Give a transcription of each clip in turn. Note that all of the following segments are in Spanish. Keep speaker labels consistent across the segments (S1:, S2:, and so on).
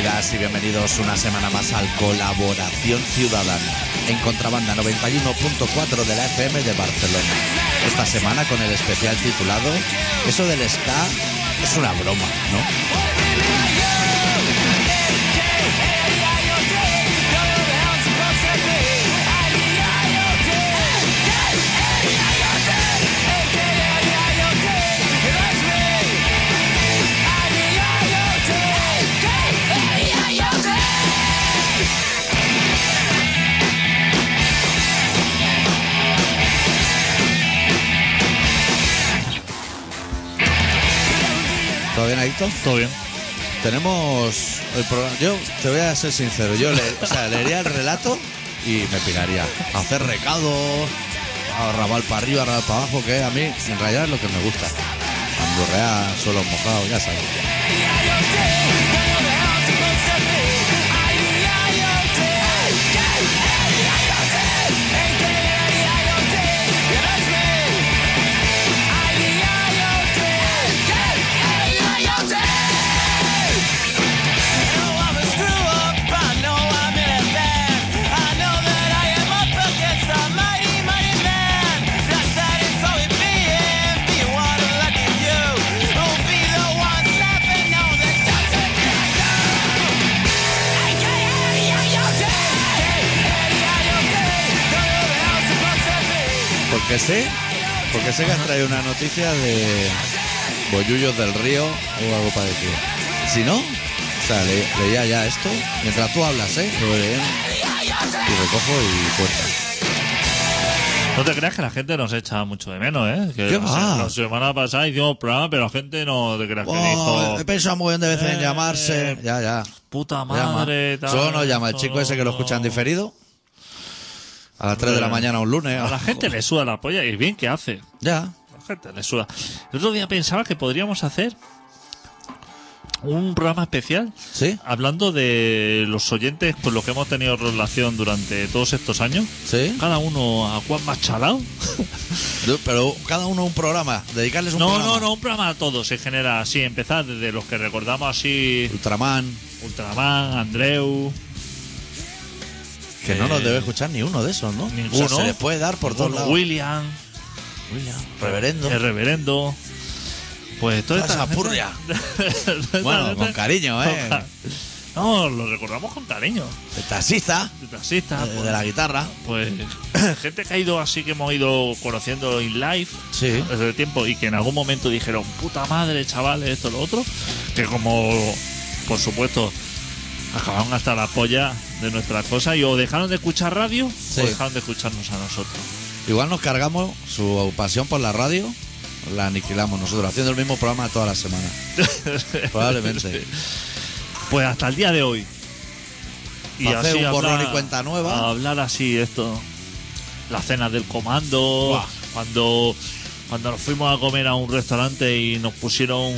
S1: buenas y bienvenidos una semana más al Colaboración Ciudadana en Contrabanda 91.4 de la FM de Barcelona. Esta semana con el especial titulado Eso del ska es una broma, ¿no? ¿Todo bien, Adicto?
S2: Todo bien.
S1: Tenemos el programa... Yo te voy a ser sincero, yo le- o sea, leería el relato y me piraría. Hacer recado, arrabal para arriba, arrabal para abajo, que a mí en realidad es lo que me gusta. Andorrear, suelo mojado, ya sabes. Porque sé, porque sé que has traído una noticia de Bollullos del Río o algo parecido. Si no, o sea, le- leía ya esto. Mientras tú hablas, ¿eh? Lo voy leyendo. Y recojo y cuento.
S2: No te creas que la gente nos echa mucho de menos, ¿eh? Que
S1: ¿Qué
S2: la,
S1: va?
S2: se- la semana pasada hicimos programa, pero la gente no te creas que
S1: Oh,
S2: dijo.
S1: he pensado muy bien de veces en
S2: Eh,
S1: llamarse. Ya, ya.
S2: Puta
S1: Llama.
S2: madre, tal.
S1: Solo nos llama el chico
S2: solo
S1: ese que lo
S2: no".
S1: escuchan diferido. A las 3 de la mañana un lunes.
S2: A la gente le suda la polla y bien que hace.
S1: Ya.
S2: La gente le suda. El otro día pensaba que podríamos hacer un programa especial
S1: ¿Sí?
S2: hablando de los oyentes con los que hemos tenido relación durante todos estos años.
S1: ¿Sí?
S2: Cada uno a Juan más chalao.
S1: Pero cada uno un programa. Dedicarles un
S2: No,
S1: programa.
S2: no, no, un programa a todos en general, así, empezar desde los que recordamos así,
S1: Ultraman.
S2: Ultraman, Andreu,
S1: Que no
S2: Eh,
S1: nos debe escuchar ni uno de esos, ¿no?
S2: ninguno.
S1: O sea, se les puede dar por todos
S2: Bueno,
S1: lados.
S2: William,
S1: Reverendo.
S2: el reverendo, pues toda
S1: Toda
S2: esa
S1: esa purria. Bueno, con cariño, ¿eh?
S2: No, lo recordamos con cariño.
S1: El taxista
S2: El taxista,
S1: eh,
S2: pues,
S1: de la guitarra.
S2: pues, gente que ha ido así que hemos ido conociendo en live
S1: Sí.
S2: desde el tiempo y que en algún momento dijeron, puta madre, chavales, esto, lo otro, que como, por supuesto, acabaron hasta la polla de nuestras cosas y o dejaron de escuchar radio
S1: Sí.
S2: o dejaron de escucharnos a nosotros.
S1: Igual nos cargamos su pasión por la radio. La aniquilamos nosotros, haciendo el mismo programa toda la semana. Probablemente.
S2: Pues hasta el día de hoy.
S1: Para hacer un borrón
S2: hablar-
S1: y cuenta nueva.
S2: Hablar así, esto. Las cenas del comando.
S1: Buah.
S2: Cuando cuando nos fuimos a comer a un restaurante y nos pusieron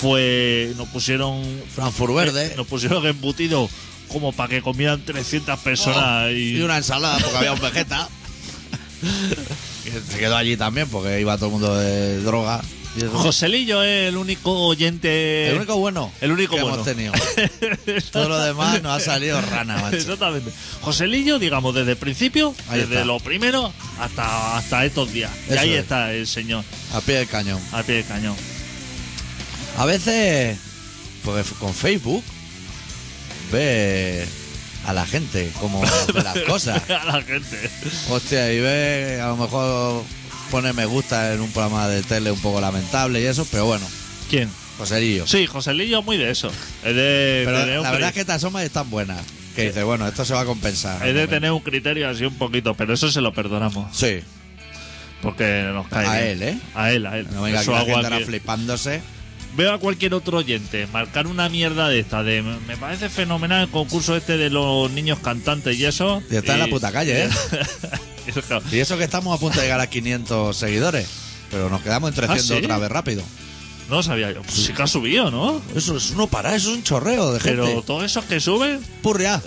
S2: fue nos pusieron
S1: Frankfurt Verde.
S2: Eh, nos pusieron embutido como para que comieran 300 personas y,
S1: Oh, Y una ensalada porque había un vegeta. Que se quedó allí también porque iba todo el mundo de droga. Y eso.
S2: Oh, Joselillo es el único oyente
S1: el único bueno
S2: Eh, el único
S1: que
S2: bueno.
S1: hemos tenido. todo lo demás nos ha salido rana, macho.
S2: Exactamente. Joselillo, digamos, desde el principio,
S1: Ahí
S2: desde
S1: está.
S2: lo primero hasta, hasta estos días. y
S1: Eso
S2: ahí
S1: es.
S2: está el señor,
S1: A pie del cañón.
S2: al pie del cañón.
S1: A veces, porque f- con Facebook, ve a la gente como hace las cosas.
S2: A la gente.
S1: Hostia, y ve, a lo mejor pone me gusta en un programa de tele un poco lamentable y eso, pero bueno,
S2: ¿Quién?
S1: Joserillo.
S2: Sí, Joselillo, muy de eso. Es de,
S1: pero
S2: tener,
S1: la
S2: un
S1: verdad es
S2: cri-
S1: que estas somas están buenas. Que dice, bueno, esto se va a compensar.
S2: es de tener un criterio así un poquito, pero eso se lo perdonamos.
S1: Sí,
S2: Porque nos cae.
S1: A
S2: bien.
S1: él, ¿eh?
S2: A él, a él.
S1: no venga
S2: Eso
S1: que la
S2: hago
S1: gente ahora
S2: aquí.
S1: flipándose.
S2: Veo a cualquier otro oyente marcar una mierda de esta, de me parece fenomenal el concurso este de los niños cantantes y eso.
S1: Y está en la puta calle, ¿eh?
S2: Y- Claro.
S1: Y eso que estamos a punto de llegar a 500 seguidores. Pero nos quedamos en 300
S2: Ah, ¿sí?
S1: otra vez rápido.
S2: No lo sabía yo. Pues sí que ha subido, ¿no?
S1: Eso es no para, eso es un chorreo de gente.
S2: Pero todos esos que suben,
S1: Purria.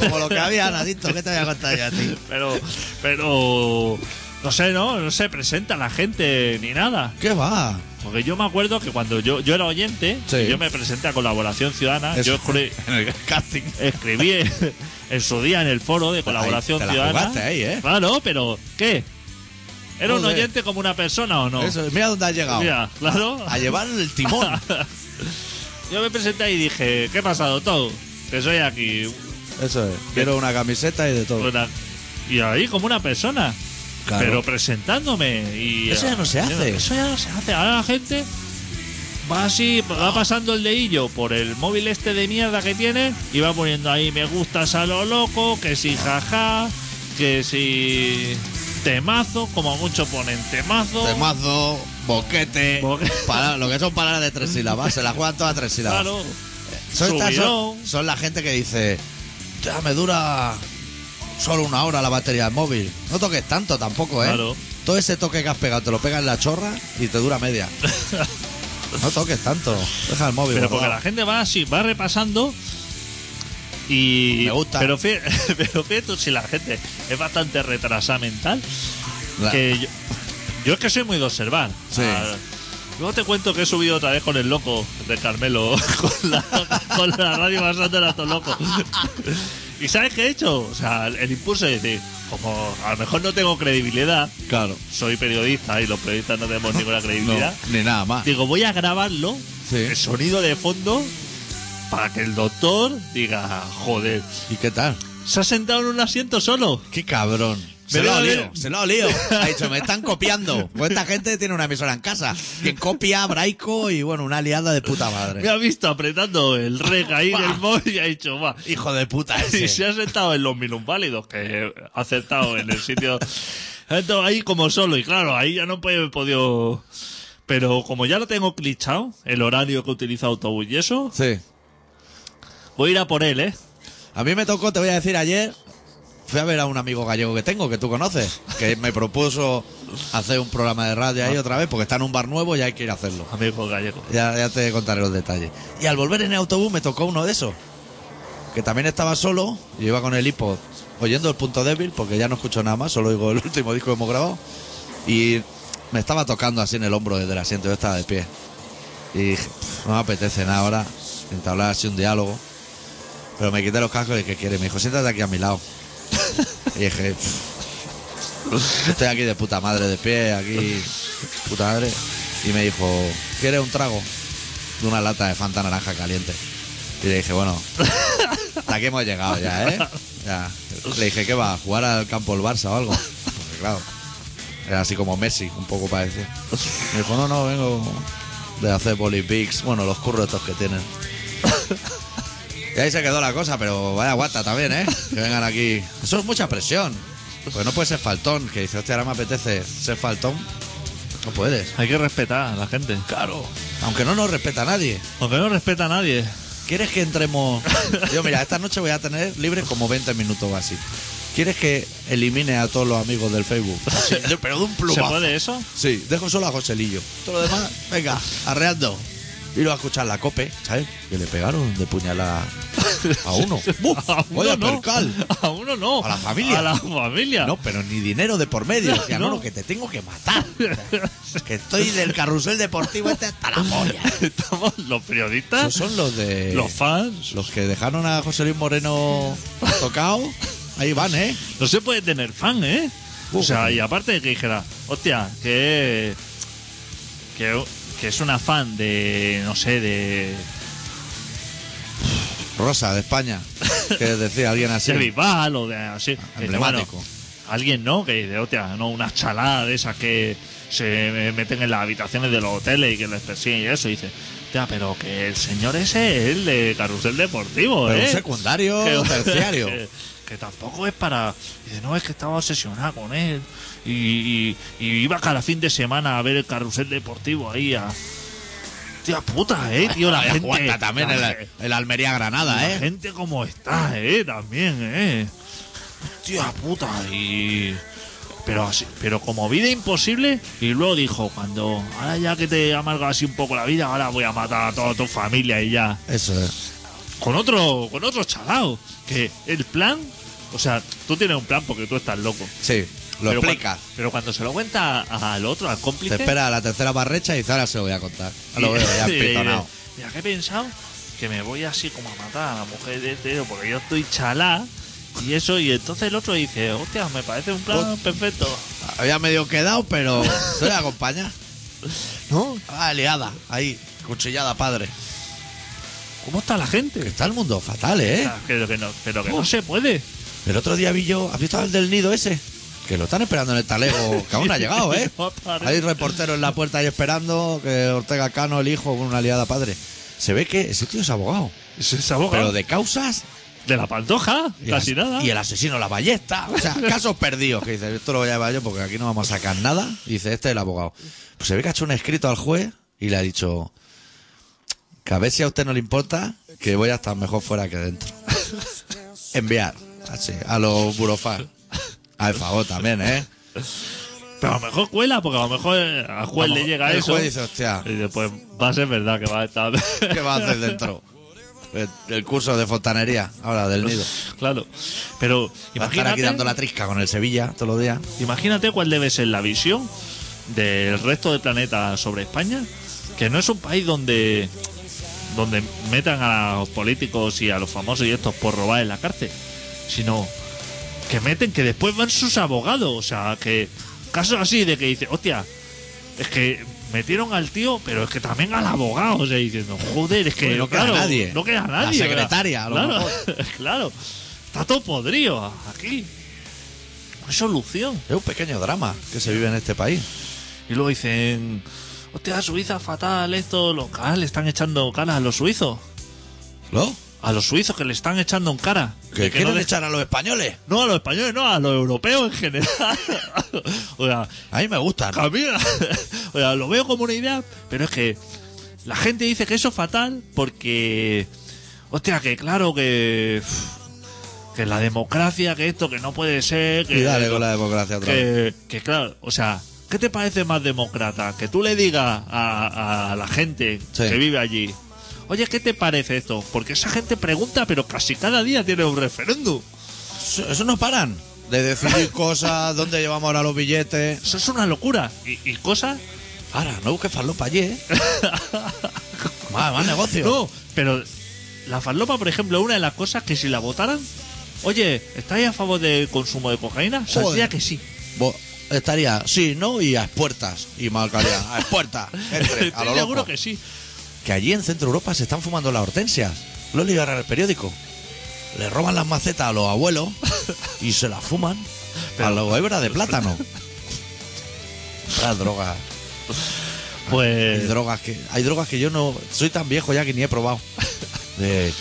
S1: Como lo que había, Nadito, ¿qué te voy a contar yo a ti?
S2: pero. Pero. No sé, no, no se presenta la gente ni nada.
S1: ¿Qué va?
S2: Porque yo me acuerdo que cuando yo, yo era oyente,
S1: Sí.
S2: y yo me presenté a Colaboración Ciudadana,
S1: Eso.
S2: Ah, yo escri-
S1: En el casting.
S2: escribí en, en su día en el foro de Colaboración
S1: te la
S2: Ciudadana.
S1: jugaste ahí, ¿eh?
S2: Claro, pero ¿qué? ¿Era un
S1: Joder.
S2: oyente como una persona o no?
S1: Eso, mira dónde has llegado.
S2: Mira, claro.
S1: A llevar el timón.
S2: Yo me presenté ahí y dije, ¿qué ha pasado, todo? Que soy aquí.
S1: Eso es. Quiero una camiseta y de todo.
S2: una- Y ahí como una persona.
S1: Claro.
S2: Pero presentándome y... eh,
S1: Eso ya no se hace.
S2: Eso ya no se hace. Ahora la gente va así, va pasando el dedillo por el móvil este de mierda que tiene y va poniendo ahí me gustas a lo loco, que si jaja, que si temazo, como mucho ponen temazo.
S1: Temazo, boquete,
S2: Boque-
S1: pala- lo que son palabras de tres sílabas, se las juegan todas a tres sílabas.
S2: Claro.
S1: son, estas- son-
S2: subidón.
S1: son la gente que dice, ya me dura solo una hora la batería del móvil. No toques tanto tampoco, ¿eh?
S2: Claro.
S1: Todo ese toque que has pegado te lo pegas en la chorra y te dura media. no toques tanto, deja el móvil.
S2: Pero
S1: guardado.
S2: porque la gente va así, va repasando y...
S1: Me gusta.
S2: Pero fíjate, pero fíjate tú si la gente es bastante retrasada mental.
S1: La-
S2: que yo, yo es que soy muy de observar.
S1: Sí.
S2: Ah, Luego te cuento que he subido otra vez con el loco de Carmelo, con la, con la radio pasando a todo loco. ¿Y sabes qué he hecho? O sea, el impulso de decir, como a lo mejor no tengo credibilidad,
S1: Claro.
S2: soy periodista y los periodistas no tenemos ninguna
S1: No,
S2: credibilidad,
S1: ni nada más.
S2: digo, voy a grabarlo,
S1: Sí.
S2: el sonido de fondo, para que el doctor diga, joder,
S1: ¿Y qué tal?
S2: se ha sentado en un asiento solo.
S1: Qué cabrón. Se
S2: Me
S1: lo ha
S2: debe
S1: olido,
S2: haber-
S1: se lo ha olido. Ha dicho, me están copiando. Pues esta gente tiene una emisora en casa. Quien copia, Braico y bueno, una aliada de puta
S2: Me
S1: madre.
S2: ha visto apretando el rec ahí del móvil y ha dicho, va.
S1: Hijo de puta
S2: Y
S1: ese.
S2: se ha sentado en los minusválidos, que ha acertado en el sitio. Entonces, ahí como solo, y claro, ahí ya no he podido. Pero como ya lo tengo clichado, el horario que utiliza autobús y eso,
S1: Sí.
S2: voy a ir a por él, ¿eh?
S1: A mí me tocó, te voy a decir, ayer fui a ver a un amigo gallego que tengo, que tú conoces, que me propuso hacer un programa de radio ahí otra vez, porque está en un bar nuevo y hay que ir a hacerlo.
S2: Amigo gallego.
S1: Ya, ya te contaré los detalles. Y al volver en el autobús me tocó uno de esos, que también estaba solo y iba con el iPod oyendo el punto débil, porque ya no escucho nada más, solo oigo el último disco que hemos grabado. Y me estaba tocando así en el hombro desde el asiento, yo estaba de pie. Y dije, "Pff, no me apetece nada ahora entablar así un diálogo. Pero me quité los cascos y dije, ¿qué quieres? Me dijo, siéntate aquí a mi lado. y dije, "Pff, estoy aquí de puta madre, de pie, aquí, puta madre. Y me dijo, ¿quieres un trago? De una lata de Fanta naranja caliente. Y le dije, bueno, hasta aquí hemos llegado ya, ¿eh? Ya. Le dije, ¿qué va? ¿A jugar al campo el Barça o algo? Porque claro, era así como Messi, un poco para decir. Me dijo, no, no, vengo de hacer bolivics, bueno, los curros estos que tienen. Y ahí se quedó la cosa, pero vaya guata también, ¿eh? Que vengan aquí. Eso es mucha presión. Pues no puedes ser faltón, que dice, hostia, ahora me apetece ser faltón. No puedes.
S2: Hay que respetar a la gente. Claro.
S1: Aunque no nos respeta nadie.
S2: Aunque no respeta a nadie.
S1: ¿Quieres que entremos? Yo, mira, esta noche voy a tener libres como 20 minutos o así. ¿Quieres que elimine a todos los amigos del Facebook? Así, de- pero de un
S2: ¿Se
S1: plumazo.
S2: puede eso?
S1: Sí, dejo solo a Joselillo. Todo lo demás, venga, arreando. Y a escuchar la cope, ¿sabes? Que le pegaron de puñalada a uno. ¡Buf!
S2: A uno
S1: Vaya
S2: no.
S1: percal.
S2: A uno no.
S1: A la familia.
S2: A la familia.
S1: No, pero ni dinero de por medio. Decía, no,
S2: No.
S1: no, que te tengo que matar. Que estoy del carrusel deportivo este hasta la polla.
S2: Estamos los periodistas,
S1: Esos son los de.
S2: los fans,
S1: Los que dejaron a José Luis Moreno tocado, ahí van, ¿eh?
S2: No se puede tener fan, ¿eh? o sea, y aparte de que dijera, hostia, que, que. que es una fan de. no sé, de.
S1: Rosa, de España, que decía alguien así.
S2: de Bisbal o de así. Que,
S1: Emblemático.
S2: bueno, alguien, ¿no? Que dice, hostia, no, unas chaladas de esas que se meten en las habitaciones de los hoteles y que les persiguen y eso. Y dice, hostia, pero que el señor ese es el de Carrusel Deportivo,
S1: Pero
S2: ¿eh?
S1: un secundario,
S2: que-
S1: terciario.
S2: Que, que tampoco es para. Dice, no, es que estaba obsesionada con él. Y, y- y iba cada fin de semana a ver el carrusel deportivo ahí a. Tía puta, eh, tío, la
S1: Vaya
S2: gente.
S1: guata también
S2: la,
S1: el, el Almería Granada,
S2: la
S1: ¿eh?
S2: gente como está, eh, también, eh. Tía puta, y. Pero así, pero como vida imposible, y luego dijo, cuando ahora ya que te amarga así un poco la vida, ahora voy a matar a toda tu familia y ya
S1: Eso es.
S2: con otro con otro chalao que el plan o sea tú tienes un plan porque tú estás loco
S1: Sí. Lo
S2: pero cuan-
S1: explicas.
S2: pero cuando se lo cuenta al otro, al
S1: Te
S2: cómplice.
S1: espera la tercera barrecha y dice, ahora se lo voy a contar. Ya Lo
S2: y-
S1: veo, ya
S2: y le diré,
S1: pitonado.
S2: Mira, que he pensado que me voy así como a matar a la mujer de este, porque yo estoy chalá. Y eso, y entonces el otro dice, hostia, me parece un plan perfecto.
S1: Había medio quedado, pero te voy a acompañar. ¿No? Ah, liada, ahí, cuchillada, padre.
S2: ¿Cómo está la gente?
S1: Está el mundo fatal, ¿eh?
S2: Ah, Pero que no, pero que no se puede.
S1: El otro día vi yo, ¿has visto el del nido ese? Que lo están esperando en el talego, que aún no ha llegado, ¿eh?
S2: No aparece.
S1: Hay reporteros en la puerta ahí esperando que Ortega Cano, el hijo, con una liada padre. Se ve que ese tío es abogado,
S2: Se se aboga
S1: pero
S2: de,
S1: de causas
S2: la pantoja,
S1: y
S2: casi
S1: el, as-
S2: nada.
S1: Y el asesino, la ballesta, o sea, casos perdidos. Que dice, esto lo voy a llevar yo porque aquí no vamos a sacar nada. Y dice, este es el abogado. Pues se ve que ha hecho un escrito al juez y le ha dicho, que a ver si a usted no le importa, que voy a estar mejor fuera que dentro. Enviar, así, a los burofan. Al favor también, ¿eh?
S2: Pero a lo mejor cuela, porque a lo mejor eh, al juez
S1: Vamos,
S2: le llega
S1: el
S2: eso.
S1: juez dice, hostia.
S2: Y después va a ser verdad que va a estar.
S1: ¿Qué va a hacer dentro? El, el curso de fontanería, ahora del nido.
S2: Claro.
S1: Va
S2: Pero
S1: a estar aquí
S2: imagínate,
S1: dando la trisca con el Sevilla todos los días.
S2: imagínate cuál debe ser la visión del resto del planeta sobre España, que no es un país donde donde metan a los políticos y a los famosos y estos por robar en la cárcel, sino que meten que después van sus abogados, o sea, que casos así de que dice, hostia, es que metieron al tío, pero es que también al abogado, o sea, diciendo, joder, es que
S1: Pues no queda
S2: claro,
S1: nadie.
S2: no queda
S1: La
S2: nadie, ¿verdad?
S1: secretaria, a lo
S2: claro,
S1: mejor.
S2: claro, está todo podrido aquí. No hay solución.
S1: Es un pequeño drama que se vive en este país.
S2: Y luego dicen, hostia, Suiza fatal, esto, los caras le están echando cara a los suizos.
S1: ¿No?
S2: A los suizos que le están echando en cara.
S1: Que
S2: De que
S1: quieren
S2: no, de-
S1: echar a los españoles.
S2: no, a los españoles, no, a los europeos en general. o sea,
S1: A mí me gusta.
S2: camina. o sea, lo veo como una idea, pero es que la gente dice que eso es fatal porque, hostia, que claro, que... Que la democracia, que esto, que no puede ser, que...
S1: Y dale con la democracia otra vez.
S2: que, que, claro, o sea, ¿qué te parece más demócrata? Que tú le digas a, a la gente
S1: Sí.
S2: que vive allí, oye, ¿qué te parece esto? Porque esa gente pregunta, pero casi cada día tiene un referéndum.
S1: Eso, eso no paran. De decidir cosas, dónde llevamos ahora los billetes.
S2: Eso es una locura. Y, y cosas.
S1: Ahora, no busques farlopa allí, ¿eh? Más, más negocio.
S2: No, pero la farlopa, por ejemplo, una de las cosas que si la votaran, oye, ¿estáis a favor del consumo de cocaína? Saldría
S1: Joder.
S2: que sí.
S1: Bo- estaría, sí, ¿no? Y a puertas. Y mal calidad. A puertas. Entre, a
S2: Estoy
S1: lo
S2: seguro
S1: loco.
S2: que sí.
S1: que allí en Centro Europa se están fumando las hortensias. Lo he leído ahora en el periódico. Le roban las macetas a los abuelos y se las fuman a los hebras de plátano. Las drogas. Ah, Hay
S2: Pues.
S1: drogas que, hay drogas que yo no. Soy tan viejo ya que ni he probado. De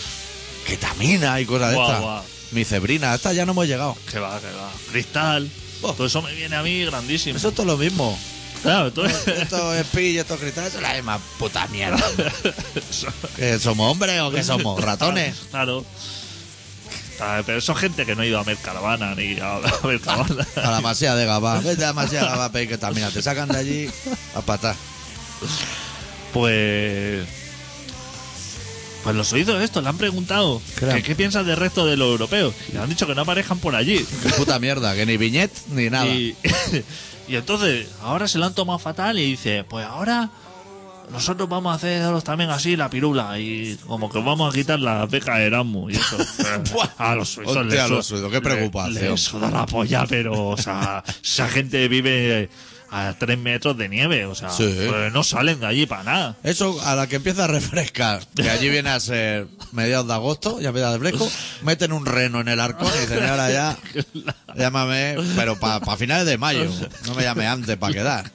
S1: ketamina y cosas de
S2: Guau,
S1: estas.
S2: guau.
S1: Mi cebrina, esta ya no hemos llegado.
S2: Que va, que va. Cristal.
S1: Oh.
S2: Todo eso me viene a mí grandísimo.
S1: Eso es todo lo mismo.
S2: Claro, todo-
S1: Estos espillos, estos cristales, son la misma puta mierda.
S2: eso-
S1: ¿Que ¿Somos hombres o qué somos? ¿Ratones?
S2: Claro. Claro, Pero eso es gente que no ha ido a ver caravana ni a, a ver caravana.
S1: A la masía de Gabá. Vete a la masía de Gabá a pedir que también te sacan de allí a patar.
S2: Pues. Pues los oídos esto, le han preguntado
S1: Claro.
S2: que qué piensas del resto de los europeos. Y le han dicho que no aparezcan por allí.
S1: Qué puta mierda, que ni viñet ni nada.
S2: Y, y entonces, ahora se lo han tomado fatal y dice, pues ahora nosotros vamos a haceros también así la pirula y como que vamos a quitar la beca de Erasmus y eso.
S1: Buah.
S2: a los suizos
S1: Hostia,
S2: les
S1: a los
S2: su-
S1: suizos, qué preocupación.
S2: le- les suda la polla, pero o sea, esa gente vive a tres metros de nieve, o sea,
S1: Sí.
S2: pues no salen de allí para nada.
S1: Eso a la que empieza a refrescar, que allí viene a ser mediados de agosto, ya empieza de fresco, meten un reno en el arco y dicen, ahora ya, llámame, pero para finales de mayo, no me llame antes para quedar.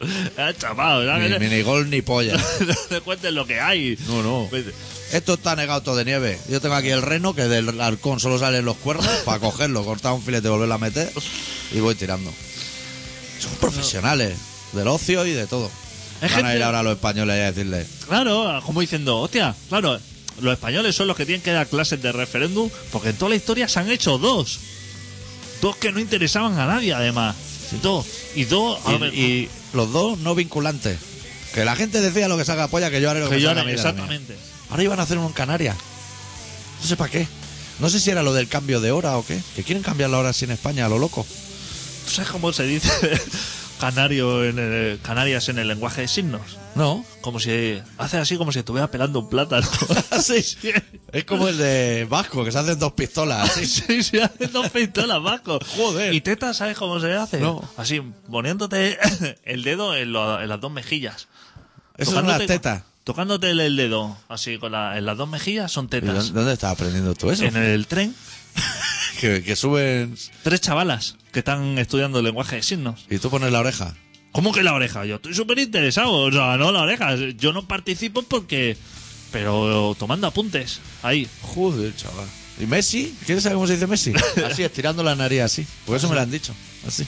S2: Eh, chaval, ya
S1: Ni,
S2: que-
S1: ni, ni gol ni polla.
S2: no te cuentes lo que hay.
S1: No, no.
S2: Pues,
S1: Esto está negado todo de nieve. Yo tengo aquí el reno que del arcón solo salen los cuernos para cogerlo, cortar un filete, volverlo a meter y voy tirando. Son profesionales del ocio y de todo.
S2: Hay
S1: Van a ir
S2: gente-
S1: ahora los españoles y a decirle,
S2: Claro, como diciendo, hostia, claro, los españoles son los que tienen que dar clases de referéndum, porque en toda la historia se han hecho dos. Dos que no interesaban a nadie, además. Dos. Y dos, a
S1: y,
S2: lo mejor-
S1: y los dos no vinculantes. Que la gente decía lo que saca polla, que yo haré lo que,
S2: que yo
S1: me
S2: ahora-
S1: salga a mí de la mía.
S2: exactamente.
S1: Ahora iban a hacer uno en Canarias. No sé para qué. No sé si era lo del cambio de hora o qué. Que quieren cambiar la hora así en España, a lo loco.
S2: O sé cómo se dice canario en el- Canarias en el lenguaje de signos.
S1: No.
S2: Como si. Hace así como si estuviera pelando un plátano.
S1: Sí. Es como el de Vasco, que se hacen dos pistolas. así.
S2: Sí, sí, hacen dos pistolas, vasco.
S1: Joder.
S2: Y teta, ¿sabes cómo se hace?
S1: No.
S2: Así, poniéndote el dedo en, lo- en las dos mejillas.
S1: Eso es
S2: Tocándote-
S1: una teta.
S2: Tocándote el, el dedo, así, con la- en las dos mejillas, son
S1: ¿Y dó-
S2: tetas.
S1: ¿Dónde estás aprendiendo tú eso?
S2: En el tren,
S1: Que, que suben
S2: tres chavalas que están estudiando el lenguaje de signos.
S1: y tú pones la oreja.
S2: ¿Cómo que la oreja? Yo estoy súper interesado. O sea, no la oreja. Yo no participo porque... Pero tomando apuntes. Ahí.
S1: Joder, chaval. ¿Y Messi? ¿Quieres saber cómo se dice Messi? Así, estirando la nariz así. Por eso me lo han dicho. Así.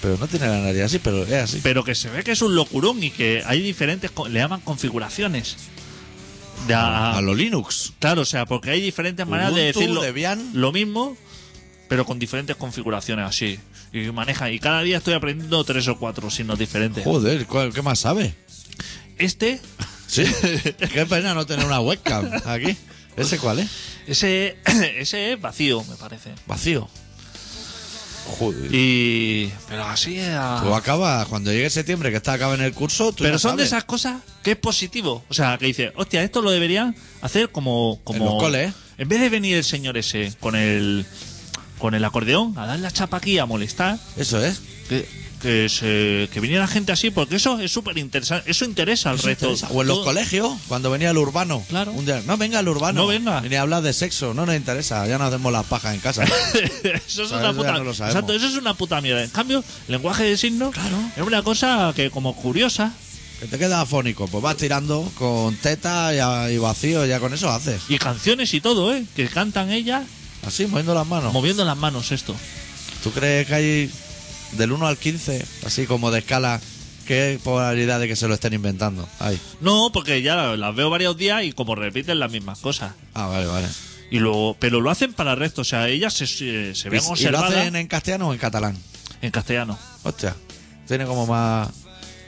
S1: Pero no tiene la nariz así, pero es así.
S2: Pero que se ve que es un locurón y que hay diferentes... co- Le llaman configuraciones. De a-
S1: A lo Linux.
S2: claro, o sea, porque hay diferentes maneras de
S1: Ubuntu,
S2: decirlo.
S1: Debian.
S2: Lo mismo, pero con diferentes configuraciones así. Y maneja. Y cada día estoy aprendiendo tres o cuatro signos diferentes.
S1: Joder, ¿cuál- ¿qué más sabe?
S2: Este,
S1: Sí. Qué pena no tener una webcam aquí. ¿Ese cuál es?
S2: ese, ese es vacío, me parece.
S1: Vacío. Joder.
S2: Y... Pero así... a-
S1: Tú Pues acaba, cuando llegue septiembre, que está acaba en el curso, tú
S2: Pero
S1: ya
S2: son de
S1: sabes.
S2: esas cosas que es positivo. O sea, que dice, hostia, esto lo deberían hacer como. como
S1: En los coles, ¿eh?
S2: En vez de venir el señor ese con el. con el acordeón a dar la chapa aquí a molestar,
S1: Eso es.
S2: que, que, se- que viniera gente así, porque eso es súper interesante. Eso interesa al
S1: Eso
S2: resto.
S1: interesa. O en los
S2: Todo-
S1: colegios, cuando venía el urbano.
S2: Claro.
S1: Un día, no venga el urbano.
S2: No venga.
S1: Ni hablar de sexo, no nos interesa. Ya nos hacemos las pajas en casa.
S2: eso es
S1: sea,
S2: una
S1: eso ya
S2: puta
S1: no lo sabemos.
S2: Exacto, eso es una puta mierda. En cambio, el lenguaje de signos
S1: Claro.
S2: es una cosa que como curiosa.
S1: que te quedas afónico. Pues vas tirando con teta y, a- y vacío, ya con eso haces.
S2: Y canciones y todo, ¿eh? Que cantan ellas
S1: Así, moviendo las manos.
S2: moviendo las manos esto.
S1: ¿Tú crees que hay del 1 al 15, así como de escala, qué probabilidad de que se lo estén inventando? Ay.
S2: No, porque ya las veo varios días y como repiten las mismas cosas.
S1: Ah, vale, vale.
S2: Y luego, pero lo hacen para el resto, o sea, ellas se, se, se ven
S1: ¿Y lo
S2: observadas
S1: hacen
S2: en...
S1: en castellano o en catalán?
S2: castellano.
S1: Hostia, tiene como más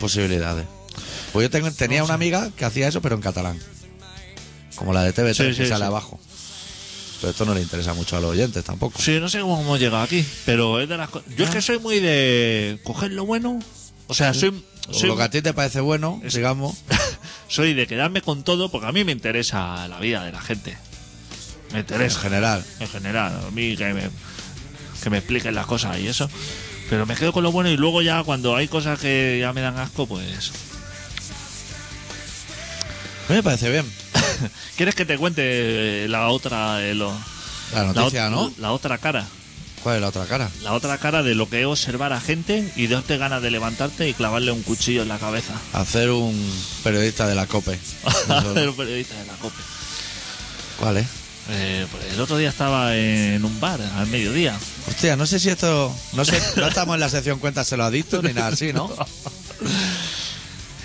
S1: posibilidades. Pues yo tengo- tenía una amiga que hacía eso, pero en catalán. Como la de TV3,
S2: Sí,
S1: que
S2: sí,
S1: sale
S2: sí.
S1: abajo. Pero esto no le interesa mucho a los oyentes tampoco.
S2: Sí, no sé cómo hemos llegado aquí, pero es de las co- Yo
S1: Ah.
S2: es que soy muy de coger lo bueno, o sea, soy,
S1: O
S2: soy,
S1: Lo que a ti te parece bueno, digamos.
S2: soy de quedarme con todo porque a mí me interesa la vida de la gente.
S1: En
S2: Me interesa,
S1: general.
S2: en general, a mí que me, que me expliquen las cosas y eso. Pero me quedo con lo bueno y luego ya cuando hay cosas que ya me dan asco, pues...
S1: A mí me parece bien.
S2: ¿Quieres que te cuente la otra de lo-
S1: La
S2: la
S1: noticia,
S2: ot-
S1: ¿no?
S2: La otra cara.
S1: ¿Cuál es la otra cara?
S2: La otra cara de lo que es observar a gente y darte ganas de levantarte y clavarle un cuchillo en la cabeza.
S1: Hacer un periodista de la COPE.
S2: Hacer un periodista de la COPE.
S1: ¿Cuál es?
S2: Eh, pues el otro día estaba en un bar al mediodía.
S1: Hostia, no sé si esto. No sé, no estamos en la sección cuéntaselo a Dicto ni nada así, ¿no?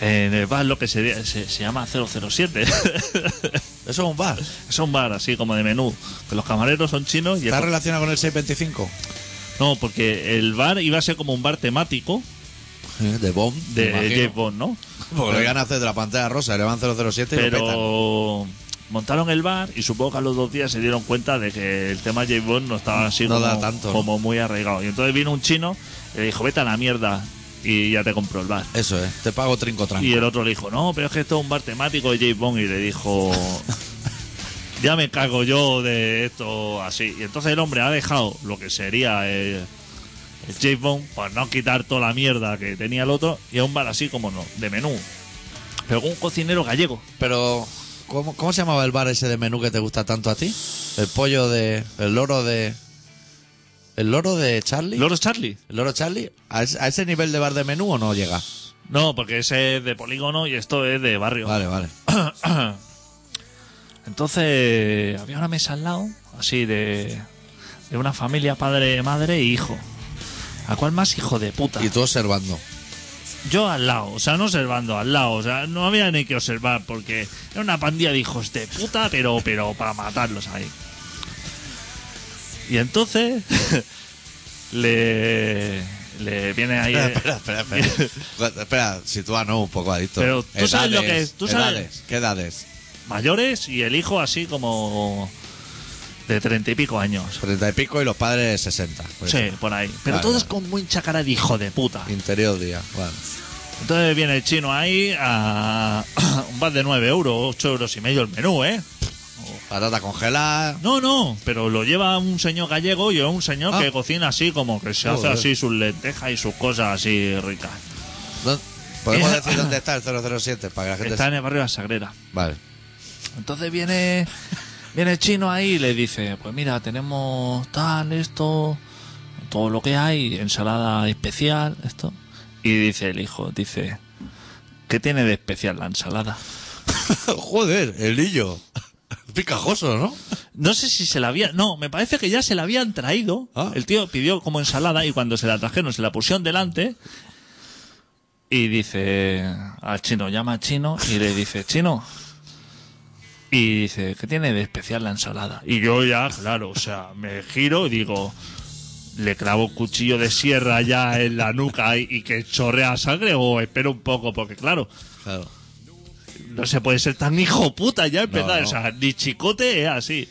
S2: En el bar lo que se, se, se llama 007.
S1: Eso es un bar.
S2: es un bar así como de menú. Que los camareros son chinos y el
S1: ¿Está relacionado con el 625?
S2: No, porque el bar iba a ser como un bar temático
S1: De Bomb.
S2: Eh, de
S1: me imagino.
S2: James Bond, ¿no?
S1: Porque lo van a hacer de la pantalla rosa, le van 007 y lo petan.
S2: Pero montaron el bar y supongo que a los dos días se dieron cuenta de que el tema James Bond no estaba así
S1: No
S2: como,
S1: da tanto, ¿no?
S2: como muy arraigado. Y entonces vino un chino y le dijo, vete a la mierda y ya te compró el bar.
S1: Eso es, te pago trinco tranco.
S2: Y el otro le dijo, no, pero es que esto es un bar temático de James Bond. Y le dijo, ya me cago yo de esto así. Y entonces el hombre ha dejado lo que sería el, el James Bond por no quitar toda la mierda que tenía el otro y a un bar así como no, de menú. Pero con un cocinero gallego.
S1: Pero, ¿cómo, ¿cómo se llamaba el bar ese de menú que te gusta tanto a ti? El pollo de. El loro de. El loro de Charlie.
S2: Loro Charlie.
S1: ¿El loro Charlie? ¿A, es- a ese nivel de bar de menú o no llega?
S2: No, porque ese es de polígono y esto es de barrio.
S1: Vale, vale.
S2: Entonces, había una mesa al lado, así de, de una familia, padre, madre e hijo. ¿A cuál más hijo de puta?
S1: Y tú observando.
S2: Yo al lado, o sea, no observando, al lado, o sea, no había ni que observar porque era una pandilla de hijos de puta, pero, pero para matarlos ahí. Y entonces le, le viene ahí. eh,
S1: Espera, espera, espera. espera, espera sitúanos un poco adicto.
S2: Pero, ¿tú sabes lo que es? ¿Tú sabes?
S1: edades, ¿Qué edades?
S2: mayores y el hijo así como de treinta y pico años.
S1: Treinta y pico y los padres 60. por
S2: Sí,
S1: ejemplo.
S2: por ahí. Pero
S1: Vale, vale.
S2: todos con mucha cara de hijo de puta.
S1: Interior día, vale.
S2: Entonces viene el chino ahí a un bar de 9 euros, 8 euros y medio el menú, ¿eh?
S1: Patata congelada.
S2: No, no, pero lo lleva un señor gallego y es un señor
S1: Ah.
S2: que cocina así, como que se
S1: Joder.
S2: hace así sus lentejas y sus cosas así ricas.
S1: ¿Dó- ¿Podemos
S2: Eh,
S1: decir dónde está el 007 para que la gente...
S2: Está en el barrio de la Sagrera.
S1: Vale.
S2: Entonces viene, viene el chino ahí y le dice, pues mira, tenemos tal, esto, todo lo que hay, ensalada especial, esto. Y dice el hijo, dice, ¿qué tiene de especial la ensalada?
S1: Joder, el lillo. Picajoso, ¿no?
S2: No sé si se la había, no, me parece que ya se la habían traído.
S1: Ah.
S2: El tío pidió como ensalada y cuando se la trajeron se la pusieron delante. Y dice al chino, llama al chino y le dice, chino. Y dice, ¿qué tiene de especial la ensalada? Y yo ya, claro, o sea, me giro y digo, le clavo cuchillo de sierra ya en la nuca y, y que chorrea sangre o espero un poco, porque claro,
S1: Claro.
S2: no se puede ser tan hijo puta ya empezar,
S1: no.
S2: o sea, ni chicote es así.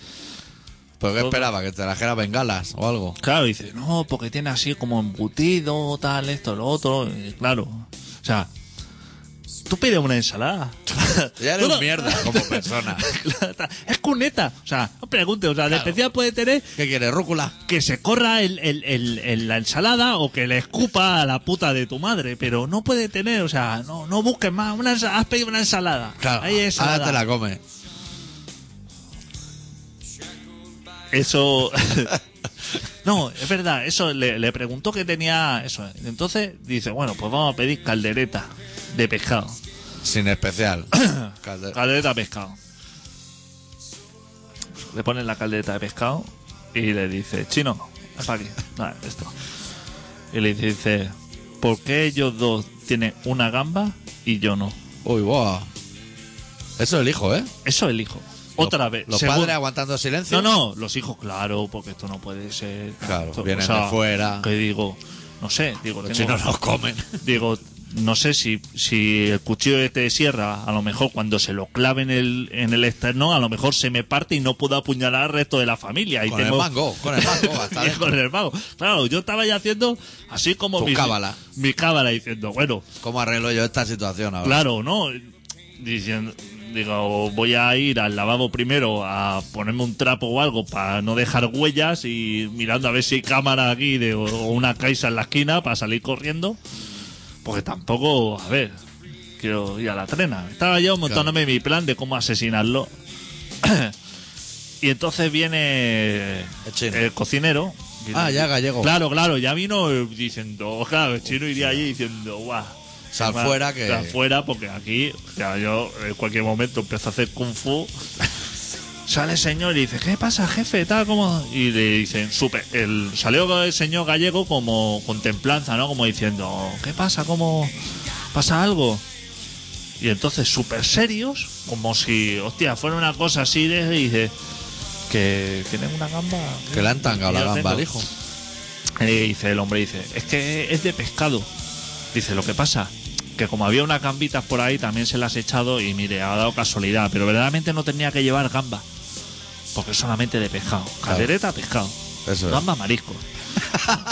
S1: ¿Pero qué esperaba? ¿Que te trajera bengalas o algo?
S2: Claro, dice, no, porque tiene así como embutido, tal, esto, lo otro. Y claro, o sea, tú pides una ensalada.
S1: Ya
S2: Tú
S1: eres
S2: no-
S1: un mierda como persona.
S2: es cuneta. O sea, no pregunte, o sea, de especial puede tener
S1: ¿Qué quieres, rúcula?
S2: que se corra el, el- el- el- la ensalada o que le escupa a la puta de tu madre, pero no puede tener, o sea, no, no busques más. Una, ensa- has pedido una ensalada.
S1: Claro,
S2: Ahí es
S1: ahora
S2: ensalada.
S1: te la come.
S2: Eso. no, es verdad, eso le, le preguntó que tenía eso. Entonces dice, bueno, pues vamos a pedir caldereta de pescado.
S1: Sin especial. Calde-
S2: Caldereta de pescado. Le ponen la caldereta de pescado y le dice, chino, es para aquí. Nada, esto. Y le dice, ¿por qué ellos dos tienen una gamba y yo no?
S1: Uy, wow. Eso el hijo, ¿eh?
S2: Eso elijo. Otra
S1: Los-
S2: vez.
S1: Los
S2: según-
S1: padres aguantando silencio.
S2: No, no, los hijos, claro, porque esto no puede ser.
S1: Claro,
S2: Esto,
S1: vienen de fuera.
S2: Que digo, no sé, digo,
S1: Los
S2: tengo-
S1: chinos nos comen.
S2: digo, no sé si, si el cuchillo este de sierra, a lo mejor cuando se lo clave en el, en el externo, a lo mejor se me parte y no puedo apuñalar al resto de la familia. Y
S1: Con
S2: tengo-
S1: el mango, con el mango. Hasta
S2: y
S1: dentro.
S2: con el mago. Claro, yo estaba ya haciendo así como
S1: Tu
S2: mi
S1: cábala.
S2: Mi cábala diciendo, bueno,
S1: ¿Cómo arreglo yo esta situación ahora?
S2: Claro, ¿no? Diciendo, digo, voy a ir al lavabo primero a ponerme un trapo o algo para no dejar huellas y mirando a ver si hay cámara aquí de, o una caixa en la esquina para salir corriendo. Porque tampoco, a ver, quiero ir a la trena. Estaba yo montándome mi plan de cómo asesinarlo. y entonces viene
S1: El chino.
S2: el cocinero.
S1: Ah, ya gallego.
S2: Claro, claro, ya vino eh, diciendo, claro, el chino iría allí diciendo, guau.
S1: Sal
S2: Además,
S1: fuera que-
S2: Sal fuera porque aquí, o sea, yo en cualquier momento empiezo a hacer kung fu. Sale el señor y dice, ¿qué pasa, jefe? Tal como... Y le dicen, super... El, salió el señor gallego como con templanza, ¿no? Como diciendo, ¿qué pasa? ¿Cómo pasa algo? Y entonces, súper serios, como si, hostia, fuera una cosa así, de, y dice, que tienen una gamba...
S1: Que le han tangado
S2: Y
S1: la
S2: yo
S1: gamba al
S2: tengo-
S1: hijo.
S2: y dice el hombre, dice, es que es de pescado. Dice, lo que pasa, que como había unas gambitas por ahí, también se las he echado y mire, ha dado casualidad, pero verdaderamente no tenía que llevar gamba. Porque es solamente de pescado.
S1: Claro.
S2: Caldereta, pescado.
S1: Eso es.
S2: Gamba, marisco.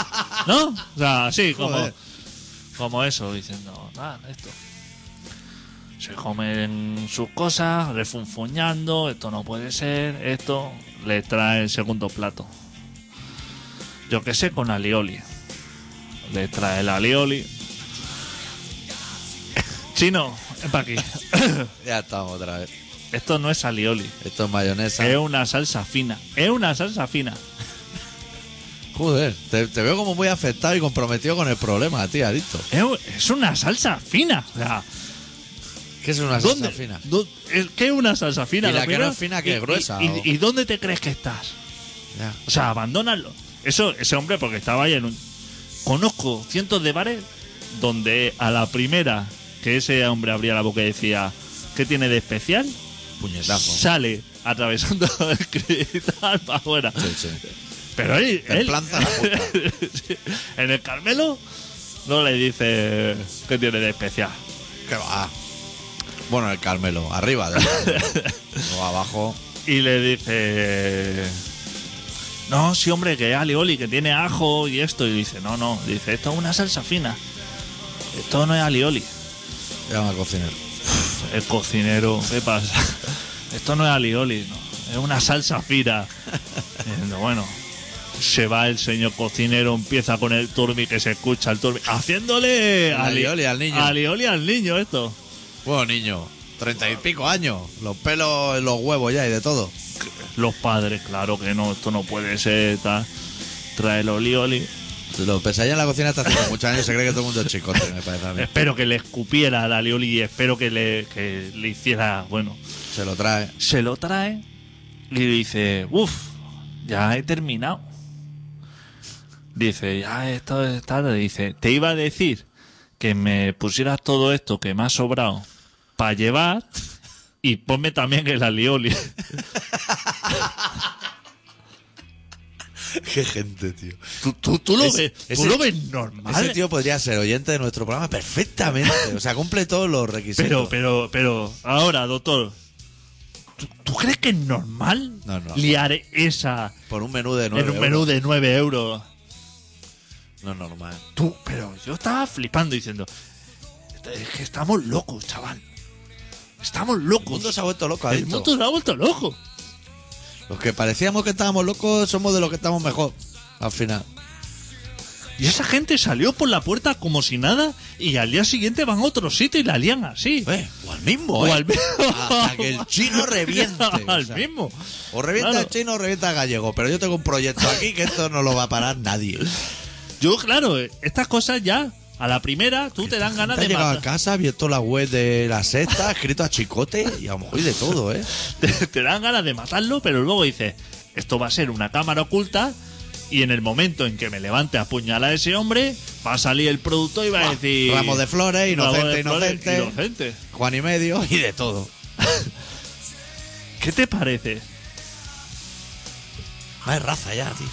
S2: ¿No? O sea, sí, como,
S1: Joder.
S2: como eso, diciendo, nada, esto. Se comen sus cosas, refunfuñando, esto no puede ser, esto. Le trae el segundo plato. Yo que sé, con alioli. Le trae el alioli. Chino, ven pa' aquí.
S1: Ya estamos otra vez.
S2: Esto no es alioli.
S1: Esto es mayonesa.
S2: Es una salsa fina. Es una salsa fina.
S1: Joder, te, te veo como muy afectado y comprometido con el problema, tío, adicto.
S2: Es u- Es una salsa fina. O sea,
S1: ¿Qué es una
S2: ¿dónde?
S1: salsa fina?
S2: dó- el- ¿Qué es una salsa fina?
S1: Y la
S2: Lo
S1: que no
S2: primero-
S1: es fina, que
S2: y-
S1: es gruesa,
S2: y-
S1: o-
S2: y dónde te crees que estás?
S1: Ya.
S2: O sea, abandónalo. Eso, ese hombre, porque estaba ahí en un. Conozco cientos de bares donde a la primera que ese hombre abría la boca y decía, ¿qué tiene de especial?
S1: Puñetazo.
S2: Sale atravesando el cristal para afuera.
S1: Sí, sí.
S2: Pero él. él-
S1: Templanza la puta.
S2: Sí. en el Carmelo no le dice, ¿qué tiene de especial?
S1: ¿Qué va? Bueno, el Carmelo, arriba. del Carmelo. o abajo.
S2: Y le dice, no, sí, hombre, que alioli, que tiene ajo y esto. Y dice, no, no, dice, esto es una salsa fina. Esto no es alioli.
S1: Llama al cocinero.
S2: El cocinero, ¿qué pasa? Esto no es alioli, no, es una salsa fina. Y diciendo, bueno, se va el señor cocinero, empieza con el turmi que se escucha el turmi, haciéndole
S1: Al
S2: ali-
S1: alioli al niño.
S2: Alioli al niño, esto.
S1: Bueno, niño, treinta y pico años. Los pelos en los huevos ya y de todo.
S2: Los padres, claro que no, esto no puede ser, tal. Trae el olioli.
S1: Los pesadillas en la cocina hasta hace muchos años se cree que todo el mundo es chicote, me parece a mí.
S2: Espero que le escupiera al alioli y espero que le, que le hiciera, bueno,
S1: Se lo trae.
S2: se lo trae y dice, uff, ya he terminado. Dice, ya esto es tarde. Dice, te iba a decir que me pusieras todo esto que me ha sobrado para llevar y ponme también el alioli.
S1: Qué gente, tío.
S2: ¿Tú, tú, tú lo,
S1: Ese-
S2: ves, tú
S1: ese-
S2: lo ves normal.
S1: Ese tío podría ser oyente de nuestro programa perfectamente. O sea, cumple todos los requisitos.
S2: pero, pero, pero, ahora, doctor, ¿tú, tú crees que es normal
S1: No, no.
S2: liar esa
S1: Por un menú de
S2: en
S1: nuevo.
S2: un menú de 9 euros?
S1: No es normal.
S2: Tú, pero yo estaba flipando diciendo, es que estamos locos, chaval. Estamos
S1: El mundo
S2: locos.
S1: se ha vuelto loco,
S2: El
S1: adicto.
S2: mundo se ha vuelto loco.
S1: Los que parecíamos que estábamos locos somos de los que estamos mejor. Al final.
S2: Y esa gente salió por la puerta como si nada y al día siguiente van a otro sitio y la lían así.
S1: Eh, o al mismo,
S2: O
S1: eh.
S2: al mismo.
S1: Hasta que el chino reviente. o
S2: al
S1: sea.
S2: mismo.
S1: O revienta
S2: Claro.
S1: el chino o revienta el gallego. Pero yo tengo un proyecto aquí que esto no lo va a parar nadie.
S2: Yo, claro, eh, estas cosas ya, a la primera, tú te dan ganas
S1: Te has
S2: de
S1: llegado
S2: matar.
S1: a casa, has abierto la web de la sexta, has escrito a chicote y a lo mejor y de todo, ¿eh?
S2: te, te dan ganas de matarlo, pero luego dices, esto va a ser una cámara oculta y en el momento en que me levante a apuñalar a ese hombre, va a salir el producto y va a
S1: Buah,
S2: decir...
S1: ramos de flores,
S2: Ramos
S1: inocente,
S2: de flores,
S1: inocente.
S2: inocente.
S1: Juan y medio y de todo.
S2: ¿Qué te parece?
S1: No hay raza ya, tío.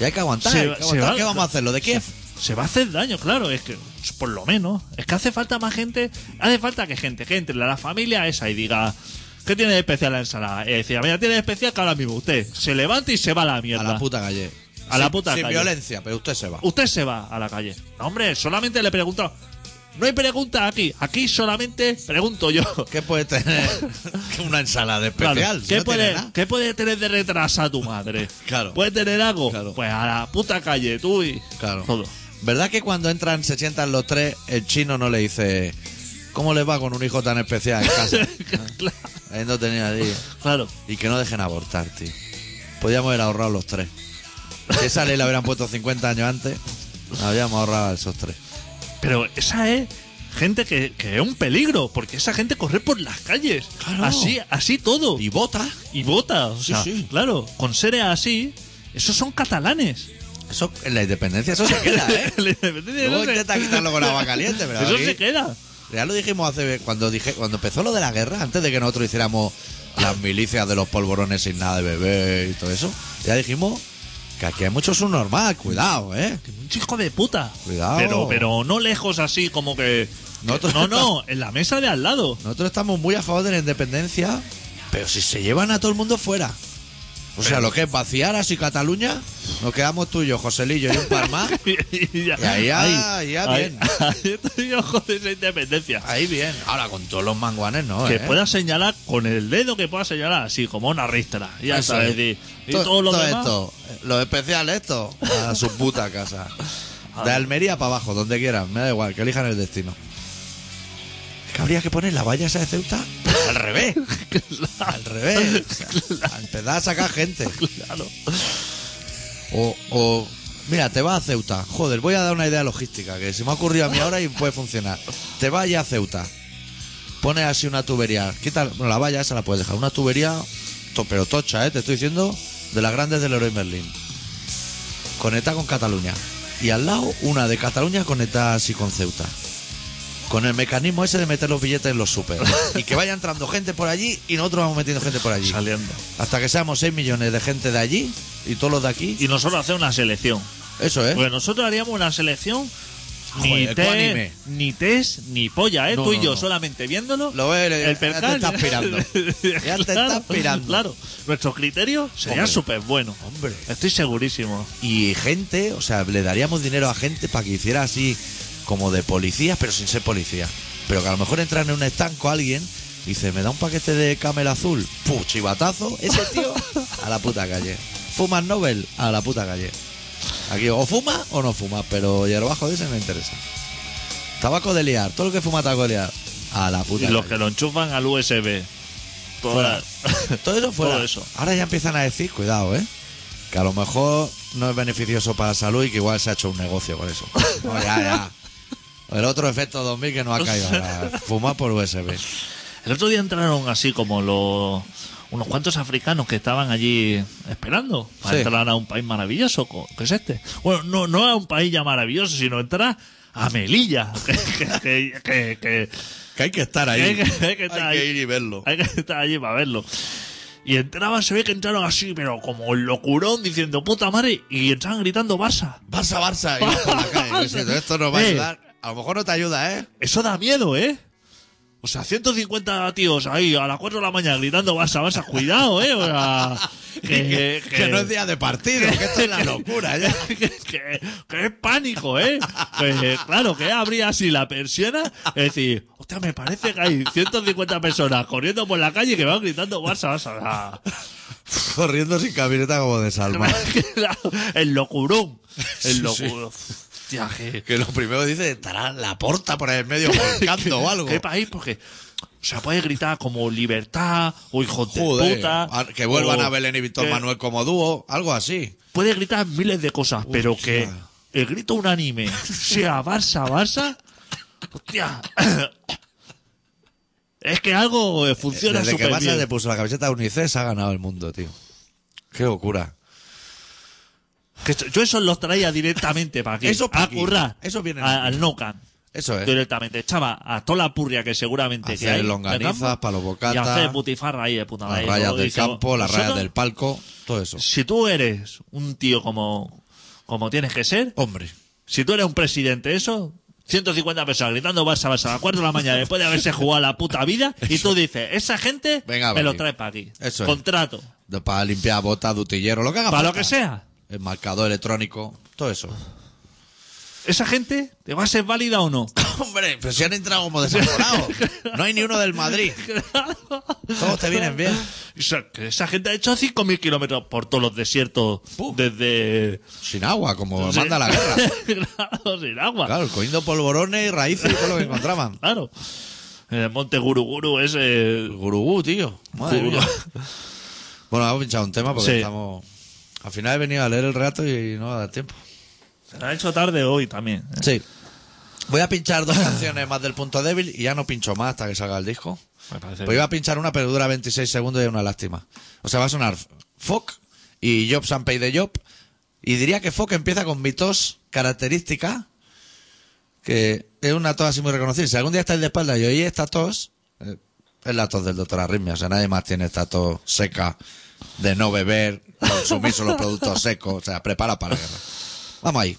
S1: Y hay que aguantar.
S2: Se
S1: hay que
S2: va- se
S1: aguantar.
S2: va-
S1: ¿Qué vamos a hacer? ¿Lo de Kiev?
S2: Se va a hacer daño, claro, es que por lo menos. Es que hace falta más gente, hace falta que gente que entre a la familia esa y diga... ¿Qué tiene de especial la ensalada? Y decía, mira, tiene de especial que ahora mismo usted se levanta y se va a la
S1: A
S2: mierda.
S1: la puta calle.
S2: A la
S1: Sin-
S2: puta
S1: sin
S2: calle. Uh.
S1: violencia, pero usted se va.
S2: Usted se va a la calle. No, hombre, solamente le pregunto. No hay preguntas aquí. Aquí solamente pregunto yo.
S1: ¿Qué puede tener una ensalada especial?
S2: Claro,
S1: Si
S2: ¿qué,
S1: no tiene
S2: puede,
S1: nada.
S2: qué puede tener de retrasa tu madre?
S1: Claro.
S2: ¿Puede tener algo?
S1: Claro.
S2: Pues a la puta calle, tú y.
S1: Claro.
S2: Todo.
S1: ¿Verdad que cuando entran, se sientan los tres, el chino no le dice, ¿cómo les va con un hijo tan especial en casa? Ahí no tenía ahí.
S2: claro.
S1: Y que no dejen abortar, tío. Podíamos haber ahorrado los tres. Si esa ley la hubieran puesto 50 años antes, habíamos ahorrado a esos tres.
S2: Pero esa es gente que, que es un peligro, porque esa gente corre por las calles.
S1: Claro.
S2: Así, así todo.
S1: Y vota.
S2: Y vota. O
S1: Sí,
S2: sea,
S1: sí.
S2: Claro, con seres así, esos son catalanes.
S1: Eso, en la independencia, eso se queda, ¿eh?
S2: La independencia
S1: Luego
S2: no se-
S1: intenta quitarlo con agua caliente, pero
S2: Eso
S1: aquí-
S2: se queda.
S1: Ya lo dijimos hace cuando dije cuando empezó lo de la guerra, antes de que nosotros hiciéramos las milicias de los polvorones sin nada de bebé y todo eso, ya dijimos que aquí hay mucho subnormal, cuidado, ¿eh.
S2: Un chico de puta.
S1: Cuidado.
S2: Pero, pero no lejos así, como que.
S1: Nosotros-
S2: no, no, en la mesa de al lado.
S1: Nosotros estamos muy a favor de la independencia, pero si se llevan a todo el mundo fuera. O sea, lo que es vaciar así Cataluña, nos quedamos tú y yo, Joselillo y un par más.
S2: y ya,
S1: Y ahí ya- ya
S2: ahí-
S1: bien.
S2: ahí estoy yo con esa independencia.
S1: Ahí bien. Ahora con todos los manguanes no,
S2: Que
S1: ¿eh?
S2: pueda señalar con el dedo que pueda señalar, así como una ristra. Y Ya
S1: Eso
S2: sabes,
S1: es.
S2: y, y
S1: To-
S2: todo lo
S1: todo
S2: demás.
S1: esto, eh, lo especial esto, a su puta casa. De Almería para abajo, donde quieran, me da igual, que elijan el destino. Es que habría que poner la valla esa de Ceuta al revés. Al revés. O sea, a empezar a sacar gente.
S2: Claro.
S1: O, o, mira, te vas a Ceuta. Joder, voy a dar una idea logística que se me ha ocurrido a mí ahora y puede funcionar. Te vas allá a Ceuta. Pones así una tubería. Quita bueno, la valla, esa la puedes dejar. Una tubería, to- pero tocha, ¿eh? Te estoy diciendo, de las grandes del Leroy Merlin. Conecta con Cataluña. Y al lado, una de Cataluña conecta así con Ceuta. Con el mecanismo ese de meter los billetes en los super. Y que vaya entrando gente por allí y nosotros vamos metiendo gente por allí.
S2: Saliendo.
S1: Hasta que seamos 6 millones de gente de allí y todos los de aquí.
S2: Y Pues nosotros hacemos una selección.
S1: Eso ¿eh? es.
S2: Porque nosotros haríamos una selección ni,
S1: Joder,
S2: té,
S1: ecuánime.
S2: ni tés, ni polla, ¿eh?
S1: No,
S2: Tú y
S1: no,
S2: yo
S1: no.
S2: solamente viéndolo.
S1: Lo ves,
S2: el
S1: ya te
S2: percal.
S1: está aspirando. Ya te
S2: Claro,
S1: está aspirando.
S2: Claro. Nuestros criterios serían
S1: Hombre.
S2: súper buenos.
S1: Hombre.
S2: Estoy segurísimo.
S1: Y gente, o sea, le daríamos dinero a gente para que hiciera así como de policías, pero sin ser policía. Pero que a lo mejor entran en un estanco alguien y dice, me da un paquete de camel azul. Puh, chivatazo. Ese tío a la puta calle. Fumas Nobel a la puta calle. Aquí o fuma o no fuma, pero hierbajo de ese me interesa. Tabaco de liar, todo lo que fuma tabaco de liar. A la
S2: Y
S1: puta
S2: los que
S1: calle.
S2: lo enchufan al USB. Toda-
S1: Todo eso fuera.
S2: Todo eso.
S1: Ahora ya empiezan a decir, cuidado, ¿eh? Que a lo mejor no es beneficioso para la salud y que igual se ha hecho un negocio con eso. No, ya, ya. El otro efecto 2000 que nos ha caído. ahora. Fumar por USB.
S2: El otro día entraron así como los unos cuantos africanos que estaban allí esperando para
S1: Sí.
S2: entrar a un país maravilloso, co- que es este. Bueno, no, no a un país ya maravilloso, sino entrar a Melilla. que- que- que- que-
S1: Que hay que estar ahí.
S2: Hay que- hay que estar ahí.
S1: ir y verlo.
S2: Hay que estar allí para verlo. Y entraban, se ve que entraron así, pero como locurón, diciendo puta madre, y estaban gritando Barça.
S1: Barça, Barça. y vas por la calle, diciendo, esto nos va a
S2: Eh.
S1: ayudar. A lo mejor no te ayuda, ¿eh?
S2: Eso da miedo, ¿eh? O sea, 150 tíos ahí a las 4 de la mañana gritando Barça, Barça, cuidado, ¿eh? O sea, que,
S1: Que,
S2: que-
S1: que no es día de partido, que esto es la locura ¿eh? ya.
S2: que, que- que es pánico, ¿eh? Que, claro, que abría así la persiana y decir, hostia, me parece que hay 150 personas corriendo por la calle que van gritando Barça, Barça. Barça".
S1: Corriendo sin camioneta como desalmado.
S2: Claro, el locurón. El
S1: Sí,
S2: locurón. Hostia, qué,
S1: Que lo primero dice, estará la porta por ahí en medio volcando o algo.
S2: qué país, porque. O sea, puedes gritar como libertad o hijos de
S1: Joder,
S2: puta.
S1: a- que vuelvan
S2: o
S1: a Belén y Víctor
S2: que-
S1: Manuel como dúo, algo así.
S2: Puedes gritar miles de cosas, pero que el grito unánime sea Barça, Barça. Hostia. Es que algo eh, funciona
S1: Desde que
S2: súper
S1: Barça
S2: bien.
S1: le puso la camiseta a Unices ha ganado el mundo, tío. Qué locura.
S2: Que esto- yo esos los traía directamente para aquí.
S1: Eso pa'
S2: a
S1: aquí.
S2: currar.
S1: Eso viene
S2: a-
S1: aquí. Eh.
S2: al no camp.
S1: Eso es.
S2: directamente. Echaba a toda la purria que seguramente que
S1: Hacer
S2: hay.
S1: longanizas,
S2: de campo,
S1: palo bocata,
S2: Y hacer butifarra ahí de puta
S1: Las
S2: madre.
S1: rayas
S2: Luego
S1: del
S2: dice, "Oh,
S1: campo, las rayas
S2: "Vosotros,
S1: del palco, todo eso.
S2: Si tú eres un tío como, como tienes que ser,
S1: Hombre.
S2: si tú eres un presidente, eso. 150 personas gritando Barça, Barça a las 4 de la mañana después de haberse jugado la puta vida y tú dices, esa gente
S1: Venga,
S2: me
S1: va
S2: lo
S1: aquí.
S2: trae para aquí.
S1: Eso es.
S2: Contrato.
S1: de- Para limpiar botas, dutillero, lo que haga
S2: Para lo
S1: falta.
S2: que sea.
S1: El marcador electrónico, todo eso.
S2: Esa gente te va a ser válida o no.
S1: Hombre, pero si han entrado como desaforados. No hay ni uno del Madrid. Todos te vienen bien.
S2: Esa, que esa gente ha hecho 5.000 kilómetros por todos los desiertos
S1: Puf.
S2: desde...
S1: Sin agua, como
S2: Sí.
S1: manda la guerra.
S2: claro, sin agua. Claro.
S1: Claro, cogiendo polvorones y raíces y todo lo que encontraban.
S2: En el monte Guruguru ese...
S1: Gurugú, tío. Madre
S2: Gurugú.
S1: mía. Bueno, hemos pinchado un tema porque
S2: Sí.
S1: estamos. Al final he venido a leer el rato y no va a dar tiempo.
S2: Se la ha hecho tarde hoy también. ¿eh?
S1: Sí. Voy a pinchar dos canciones más del punto débil y ya no pincho más hasta que salga el disco.
S2: Me parece
S1: Pues iba a pinchar una, pero dura 26 segundos y es una lástima. O sea, va a sonar Fock y Job Sampey de Job. Y diría que Fock empieza con mi tos característica, que es una tos así muy reconocida. Si algún día estáis de espalda y oís esta tos, eh, es la tos del doctor Arritmia. O sea, nadie más tiene esta tos seca de no beber, consumir solo productos secos. O sea, prepara para la guerra. Vamos ahí.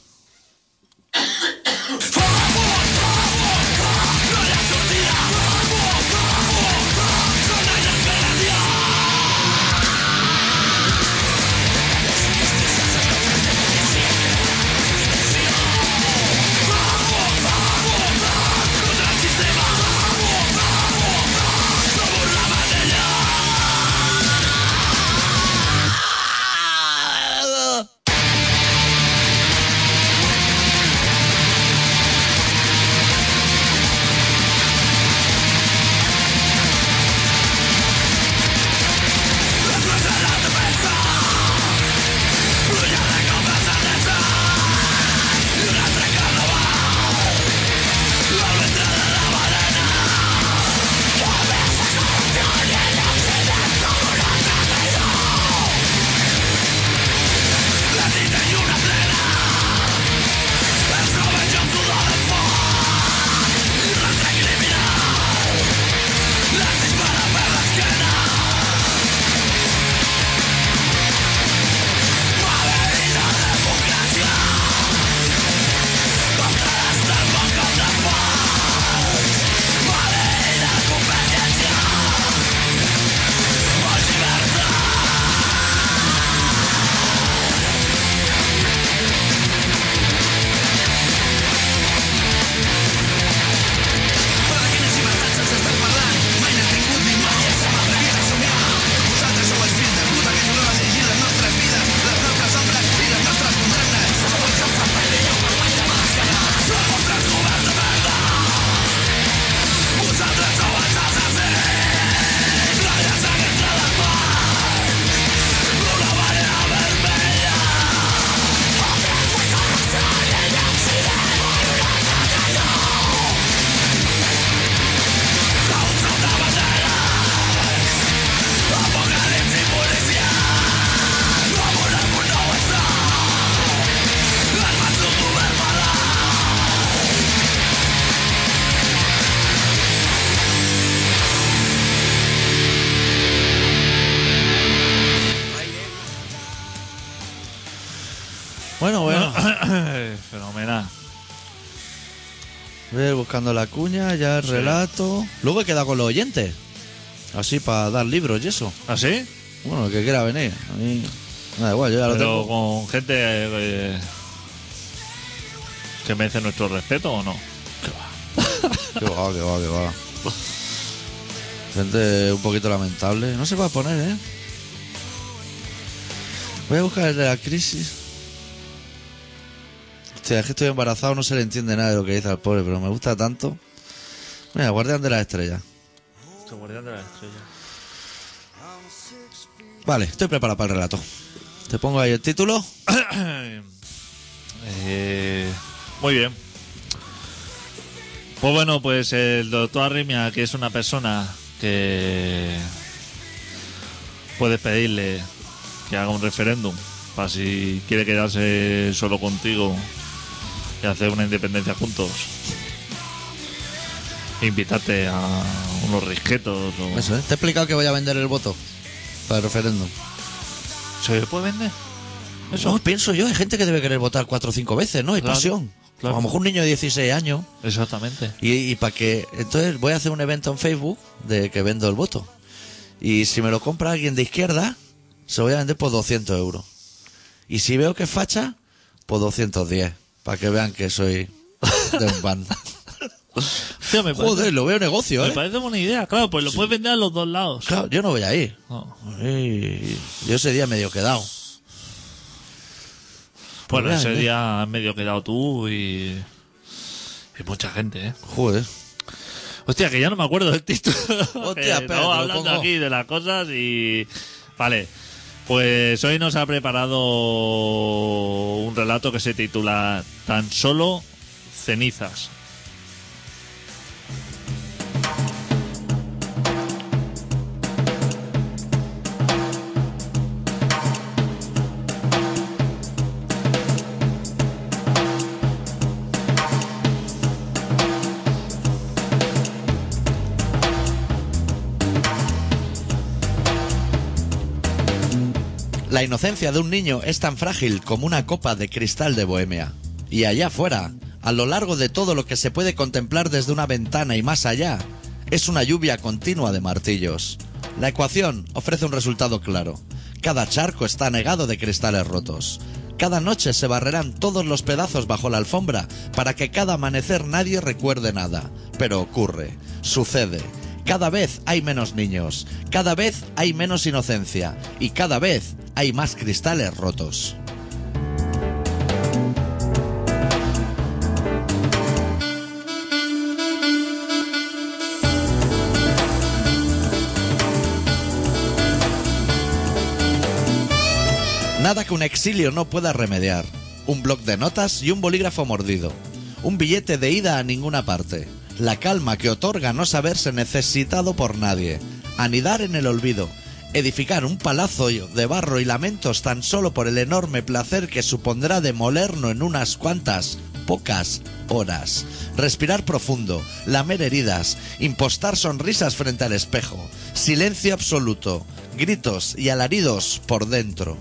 S3: Thank
S1: buscando la cuña, ya el
S2: Sí.
S1: relato. Luego he quedado con los oyentes. Así para dar libros y eso.
S2: ¿Así?
S1: Bueno, el que quiera venir. A mí. Nada igual, yo ya lo
S2: Pero
S1: tengo.
S2: con gente eh, que merece nuestro respeto o no.
S1: Que va, que va, que va. Gente un poquito lamentable. No se va a poner, ¿eh? Voy a buscar el de la crisis. Hostia, es que estoy embarazado, no se le entiende nada de lo que dice al pobre, pero me gusta tanto. Mira, Guardián de las Estrellas.
S2: Guardián de la estrella.
S1: Vale, estoy preparado para el relato. Te pongo ahí el título.
S2: Eh, muy bien. Pues bueno, pues el doctor Arrimia, que es una persona que puedes pedirle que haga un referéndum para si quiere quedarse solo contigo y hacer una independencia juntos. Invitarte a unos risquetos o...
S1: Eso, ¿eh? Te he explicado que voy a vender el voto para el referéndum.
S2: ¿Se puede vender?
S1: Eso pienso yo, hay gente que debe querer votar cuatro o cinco veces, ¿no? Hay
S2: Claro,
S1: pasión.
S2: claro.
S1: A lo mejor un niño de 16 años.
S2: Exactamente.
S1: Y, para que. Entonces voy a hacer un evento en Facebook de que vendo el voto. Y si me lo compra alguien de izquierda, se lo voy a vender por 200 euros. Y si veo que es facha, por 210. Para que vean que soy de un bando.
S2: Tío, me parece-
S1: Joder, lo veo negocio,
S2: Me
S1: ¿eh?
S2: parece buena idea, claro, pues lo puedes vender a los dos lados. Ah.
S1: Claro, yo no voy a ir.
S2: No.
S1: Ay, Yo ese día medio quedado.
S2: Bueno,
S1: Mira,
S2: Pues ese
S1: eh.
S2: día has medio quedado tú y. y mucha gente, ¿eh?
S1: Joder.
S2: Hostia, que ya no me acuerdo del título. Que
S1: espera, te lo
S2: Estamos hablando
S1: pongo.
S2: aquí de las cosas y. Vale. Pues hoy nos ha preparado un relato que se titula Tan solo cenizas.
S1: La inocencia de un niño es tan frágil como una copa de cristal de Bohemia. Y allá afuera, a lo largo de todo lo que se puede contemplar desde una ventana y más allá, es una lluvia continua de martillos. La ecuación ofrece un resultado claro. Cada charco está negado de cristales rotos. Cada noche se barrerán todos los pedazos bajo la alfombra para que cada amanecer nadie recuerde nada. Pero ocurre, sucede. Cada vez hay menos niños, cada vez hay menos inocencia y cada vez hay más cristales rotos. Nada que un exilio no pueda remediar. Un bloc de notas y un bolígrafo mordido. Un billete de ida a ninguna parte. La calma que otorga no saberse necesitado por nadie. Anidar en el olvido. Edificar un palazo de barro y lamentos tan solo por el enorme placer que supondrá demolerno en unas cuantas, pocas horas. Respirar profundo, lamer heridas, impostar sonrisas frente al espejo. Silencio absoluto, gritos y alaridos por dentro.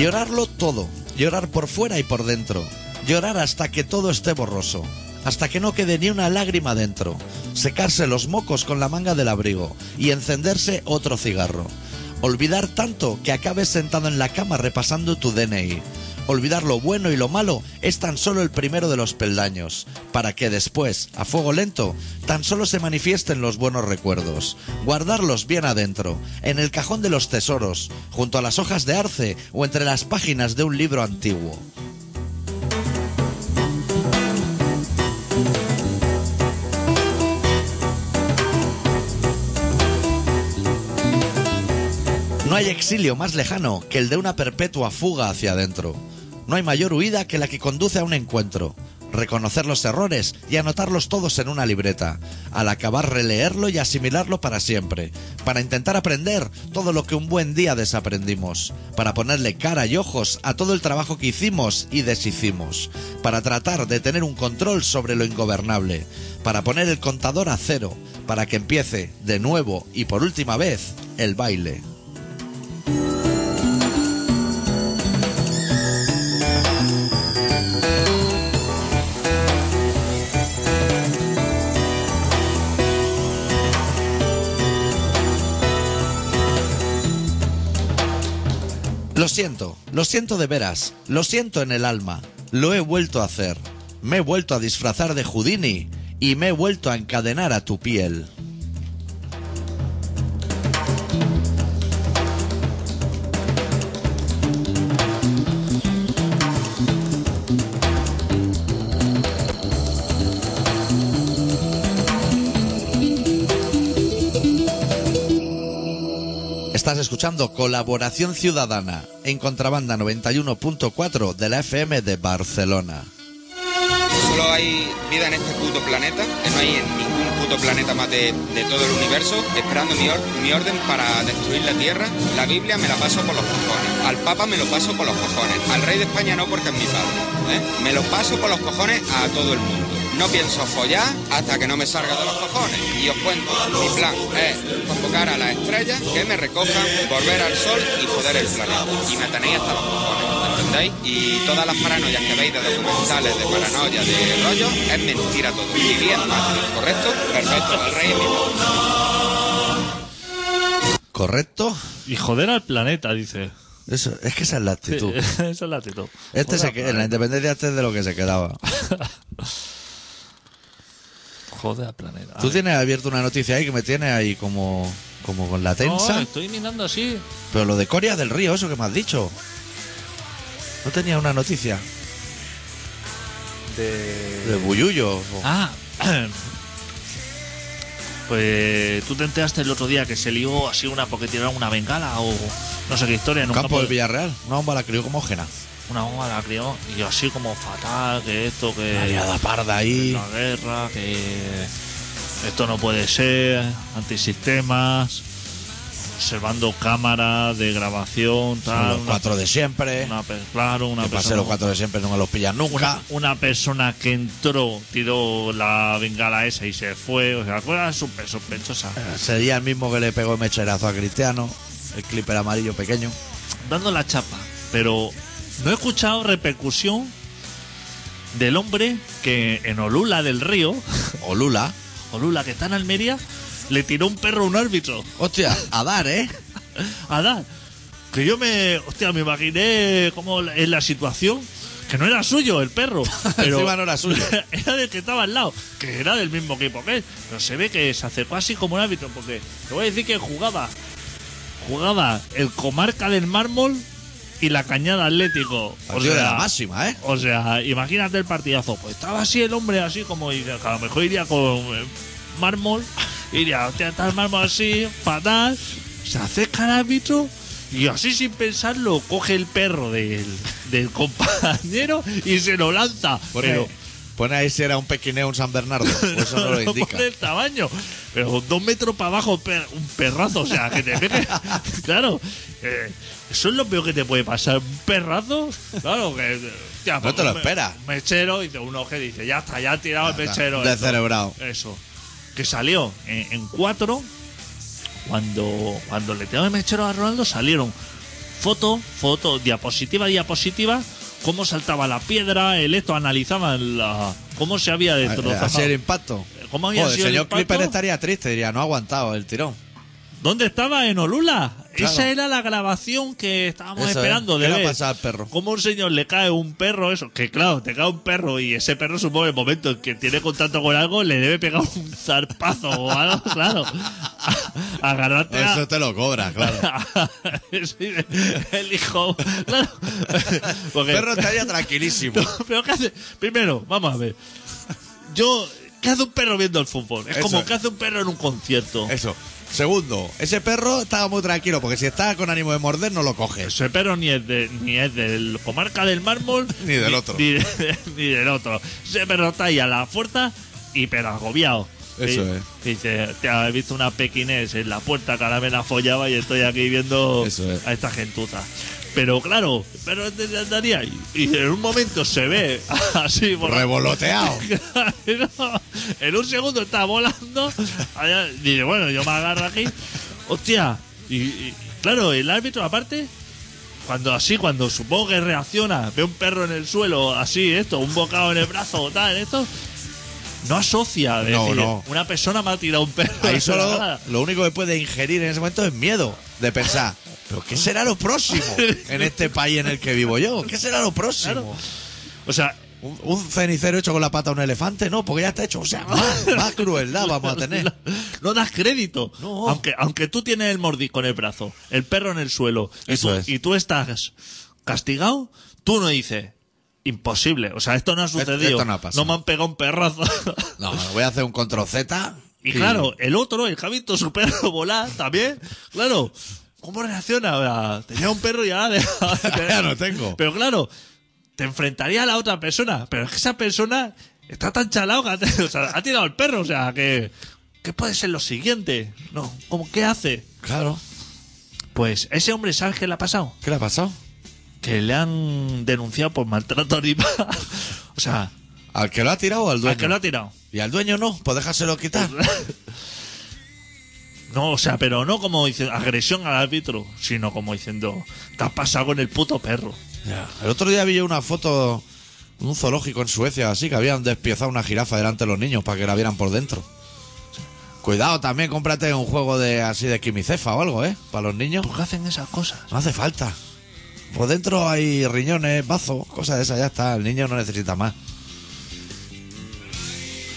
S1: Llorarlo todo, llorar por fuera y por dentro, llorar hasta que todo esté borroso, hasta que no quede ni una lágrima dentro, secarse los mocos con la manga del abrigo y encenderse otro cigarro, olvidar tanto que acabes sentado en la cama repasando tu DNI, olvidar lo bueno y lo malo es tan solo el primero de los peldaños, para que después, a fuego lento, tan solo se manifiesten los buenos recuerdos. Guardarlos bien adentro, en el cajón de los tesoros, junto a las hojas de arce o entre las páginas de un libro antiguo. No hay exilio más lejano que el de una perpetua fuga hacia adentro. No hay mayor huida que la que conduce a un encuentro. reconocer los errores y anotarlos todos en una libreta, al acabar releerlo y asimilarlo para siempre, para intentar aprender todo lo que un buen día desaprendimos, para ponerle cara y ojos a todo el trabajo que hicimos y deshicimos, para tratar de tener un control sobre lo ingobernable, para poner el contador a cero, para que empiece de nuevo y por última vez el baile. Lo siento, lo siento de veras, lo siento en el alma, lo he vuelto a hacer, me he vuelto a disfrazar de Houdini y me he vuelto a encadenar a tu piel. Estás escuchando Colaboración Ciudadana en Contrabanda 91.4 de la FM de Barcelona.
S3: Solo hay vida en este puto planeta, que no hay en ningún puto planeta más de, de todo el universo, esperando mi, or- mi orden para destruir la Tierra. La Biblia me la paso por los cojones, al Papa me lo paso por los cojones, al Rey de España no porque es mi padre, ¿eh? me lo paso por los cojones a todo el mundo. No pienso follar hasta que no me salga de los cojones. Y os cuento, mi plan es convocar a las estrellas que me recojan, volver al sol y joder el planeta. Y me tenéis hasta los cojones. ¿entendéis? Y todas las paranoias que veis de documentales, de paranoia, de rollo, es mentira todo. Y bien, fácil, ¿correcto? Perfecto, el rey es mi padre.
S1: ¿Correcto?
S2: Y joder al planeta, dice.
S1: Eso, es que esa es la actitud.
S2: Esa es la actitud.
S1: Este
S2: Joder
S1: se
S2: al
S1: que- en la
S2: planeta.
S1: independencia este es de lo que se quedaba.
S2: Joder al planeta.
S1: Tú
S2: A ver.
S1: tienes abierto una noticia ahí que me tiene ahí como, como con la
S2: No,
S1: tensa.
S2: estoy mirando así.
S1: Pero lo de Coria del Río, eso que me has dicho. No tenía una noticia.
S2: De...
S1: De Buyullo. o-
S2: Ah. Pues tú te enteraste el otro día que se lió así una porque tiraron una bengala o no sé qué historia en un
S1: campo,
S2: campo,
S1: del Villarreal. Una bomba la crió como ojena.
S2: una bomba la crió y así como fatal que esto que
S1: Una liada parda ahí.
S2: la guerra, que esto no puede ser, antisistemas, observando cámaras de grabación,
S1: Son
S2: tal.
S1: los
S2: una-
S1: cuatro de siempre.
S2: una pe- claro, una
S1: Que pase
S2: persona.
S1: los cuatro de siempre, no me los pillan nunca.
S2: una, una persona que entró, tiró la bengala esa y se fue, o sea, fue súper sospechosa.
S1: Eh. Sería el mismo que le pegó el mecherazo a Cristiano. El clipper amarillo pequeño.
S2: Dando la chapa, pero no he escuchado repercusión del hombre que en Olula del Río,
S1: O Lula.
S2: Olula que está en Almería, le tiró un perro a un árbitro.
S1: Hostia, a dar, ¿eh?
S2: a dar. Que yo me, hostia, me imaginé como la- en la situación que no era suyo el perro, pero
S1: Encima no era suyo.
S2: era del que estaba al lado, que era del mismo equipo que él. Pero se ve que se acercó así como un árbitro, porque te voy a decir que jugaba, jugaba el comarca del mármol y la cañada atlético. O
S1: Partido de la
S2: sea,
S1: máxima, ¿eh?
S2: o sea, imagínate el partidazo. Pues estaba así el hombre, así como dice, que a lo mejor iría con eh, mármol. Iría, hostia, está el mármol así, fatal. Se acerca el árbitro y así sin pensarlo coge el perro del, del compañero y se lo lanza.
S1: Pone,
S2: pero
S1: pone ahí si era un pequineo, un San Bernardo. o eso no lo indica.
S2: por el tamaño. Pero dos metros para abajo, per- un perrazo. O sea, que te pegue. claro. eh, eso es lo peor que te puede pasar. Un perrazo. Claro, que. hostia,
S1: No te lo
S2: me-
S1: esperas.
S2: Un mechero y te uno que dice, ya está, ya ha tirado el
S1: está,
S2: mechero.
S1: de
S2: eso.
S1: cerebrado.
S2: Eso. Que salió en, en cuatro. Cuando, cuando le tiraron el mechero a Ronaldo, salieron foto, foto, diapositiva, diapositiva. Cómo saltaba la piedra, el esto, analizaban la, cómo se
S1: Ah,
S2: había destrozado.
S1: Así el impacto.
S2: ¿Cómo había
S1: Joder,
S2: sido el
S1: señor
S2: impacto?
S1: Clipper estaría triste, diría, no ha aguantado el tirón.
S2: ¿Dónde estaba? En Olula.
S1: Claro.
S2: Esa era la grabación que estábamos
S1: Eso es.
S2: esperando
S1: ¿Qué
S2: de
S1: le ha
S2: ver.
S1: pasado al perro?
S2: Cómo a un señor le cae un perro, eso. Que claro, te cae un perro y ese perro supongo en el momento en que tiene contacto con algo le debe pegar un zarpazo o algo, claro. A- Agarrarte a-
S1: Eso te lo cobra, claro.
S2: Sí, el hijo. Claro. Porque-
S1: Perro estaría tranquilísimo.
S2: Pero ¿qué hace? Primero, vamos a ver. Yo, ¿qué hace un perro viendo el fútbol? Es
S1: Eso
S2: como
S1: es.
S2: que hace un perro en un concierto.
S1: Eso. Segundo, ese perro estaba muy tranquilo porque si está con ánimo de morder no lo coges.
S2: Ese perro ni es, de, ni es del comarca del mármol.
S1: Ni del otro.
S2: Ni, de- ni del otro. Ese perro está ahí a la fuerza y pero agobiado.
S1: Eso
S2: Y-
S1: es.
S2: y Dice, te he visto una pequinés en la puerta que ahora me la follaba y estoy aquí viendo
S1: Eso es.
S2: a esta gentuza. Pero claro, pero andaría y, y en un momento se ve así por la-
S1: Revoloteado.
S2: Claro, en un segundo está volando. Allá, dice, bueno, yo me agarro aquí. Hostia. Y, y, claro, el árbitro aparte, cuando así, cuando supongo que reacciona, ve un perro en el suelo, así, esto, un bocado en el brazo, tal, esto. No asocia, es
S1: No,
S2: decir,
S1: no.
S2: una persona me ha tirado un perro.
S1: Ahí
S2: en la
S1: solo
S2: cara.
S1: lo único que puede ingerir en ese momento es miedo de pensar, ¿pero qué será lo próximo en este país en el que vivo yo? ¿Qué será lo próximo?
S2: O sea,
S1: Un, un cenicero hecho con la pata de un elefante, no, porque ya está hecho. O sea, más, más crueldad vamos a tener.
S2: No das crédito.
S1: No.
S2: Aunque, aunque tú tienes el mordisco en el brazo, el perro en el suelo, y,
S1: Eso
S2: tú,
S1: es.
S2: y tú estás castigado, tú no dices, imposible. O sea, esto no ha sucedido.
S1: esto no ha pasado.
S2: me han pegado un perrazo.
S1: No, voy a hacer un control Z.
S2: y claro, el otro, el Javito, su perro volar también, claro. ¿Cómo reacciona? O sea, Tenía un perro y ahora de-
S1: Ya no tengo.
S2: Pero claro, te enfrentaría a la otra persona. Pero es que esa persona está tan chalado que ha, o sea, ha tirado al perro. O sea, que. ¿Qué puede ser lo siguiente? No, ¿cómo, ¿Qué hace?
S1: Claro.
S2: Pues ese hombre, ¿sabes qué le ha pasado?
S1: ¿Qué le ha pasado?
S2: Que le han denunciado por maltrato animal. O sea,
S1: ¿Al que lo ha tirado o al dueño?
S2: ¿a qué lo ha tirado?
S1: Y al dueño no, pues déjaselo quitar.
S2: No, o sea, pero no como diciendo agresión al árbitro, sino como diciendo, te has pasado con el puto perro.
S1: Ya. El otro día vi yo una foto en un zoológico en Suecia, así que habían despiezado una jirafa delante de los niños para que la vieran por dentro. Cuidado, también cómprate un juego de así de quimicefa o algo, ¿eh? Para los niños.
S2: ¿Por qué hacen esas cosas?
S1: No hace falta. Por dentro hay riñones, bazos, cosas de esas, ya está. El niño no necesita más.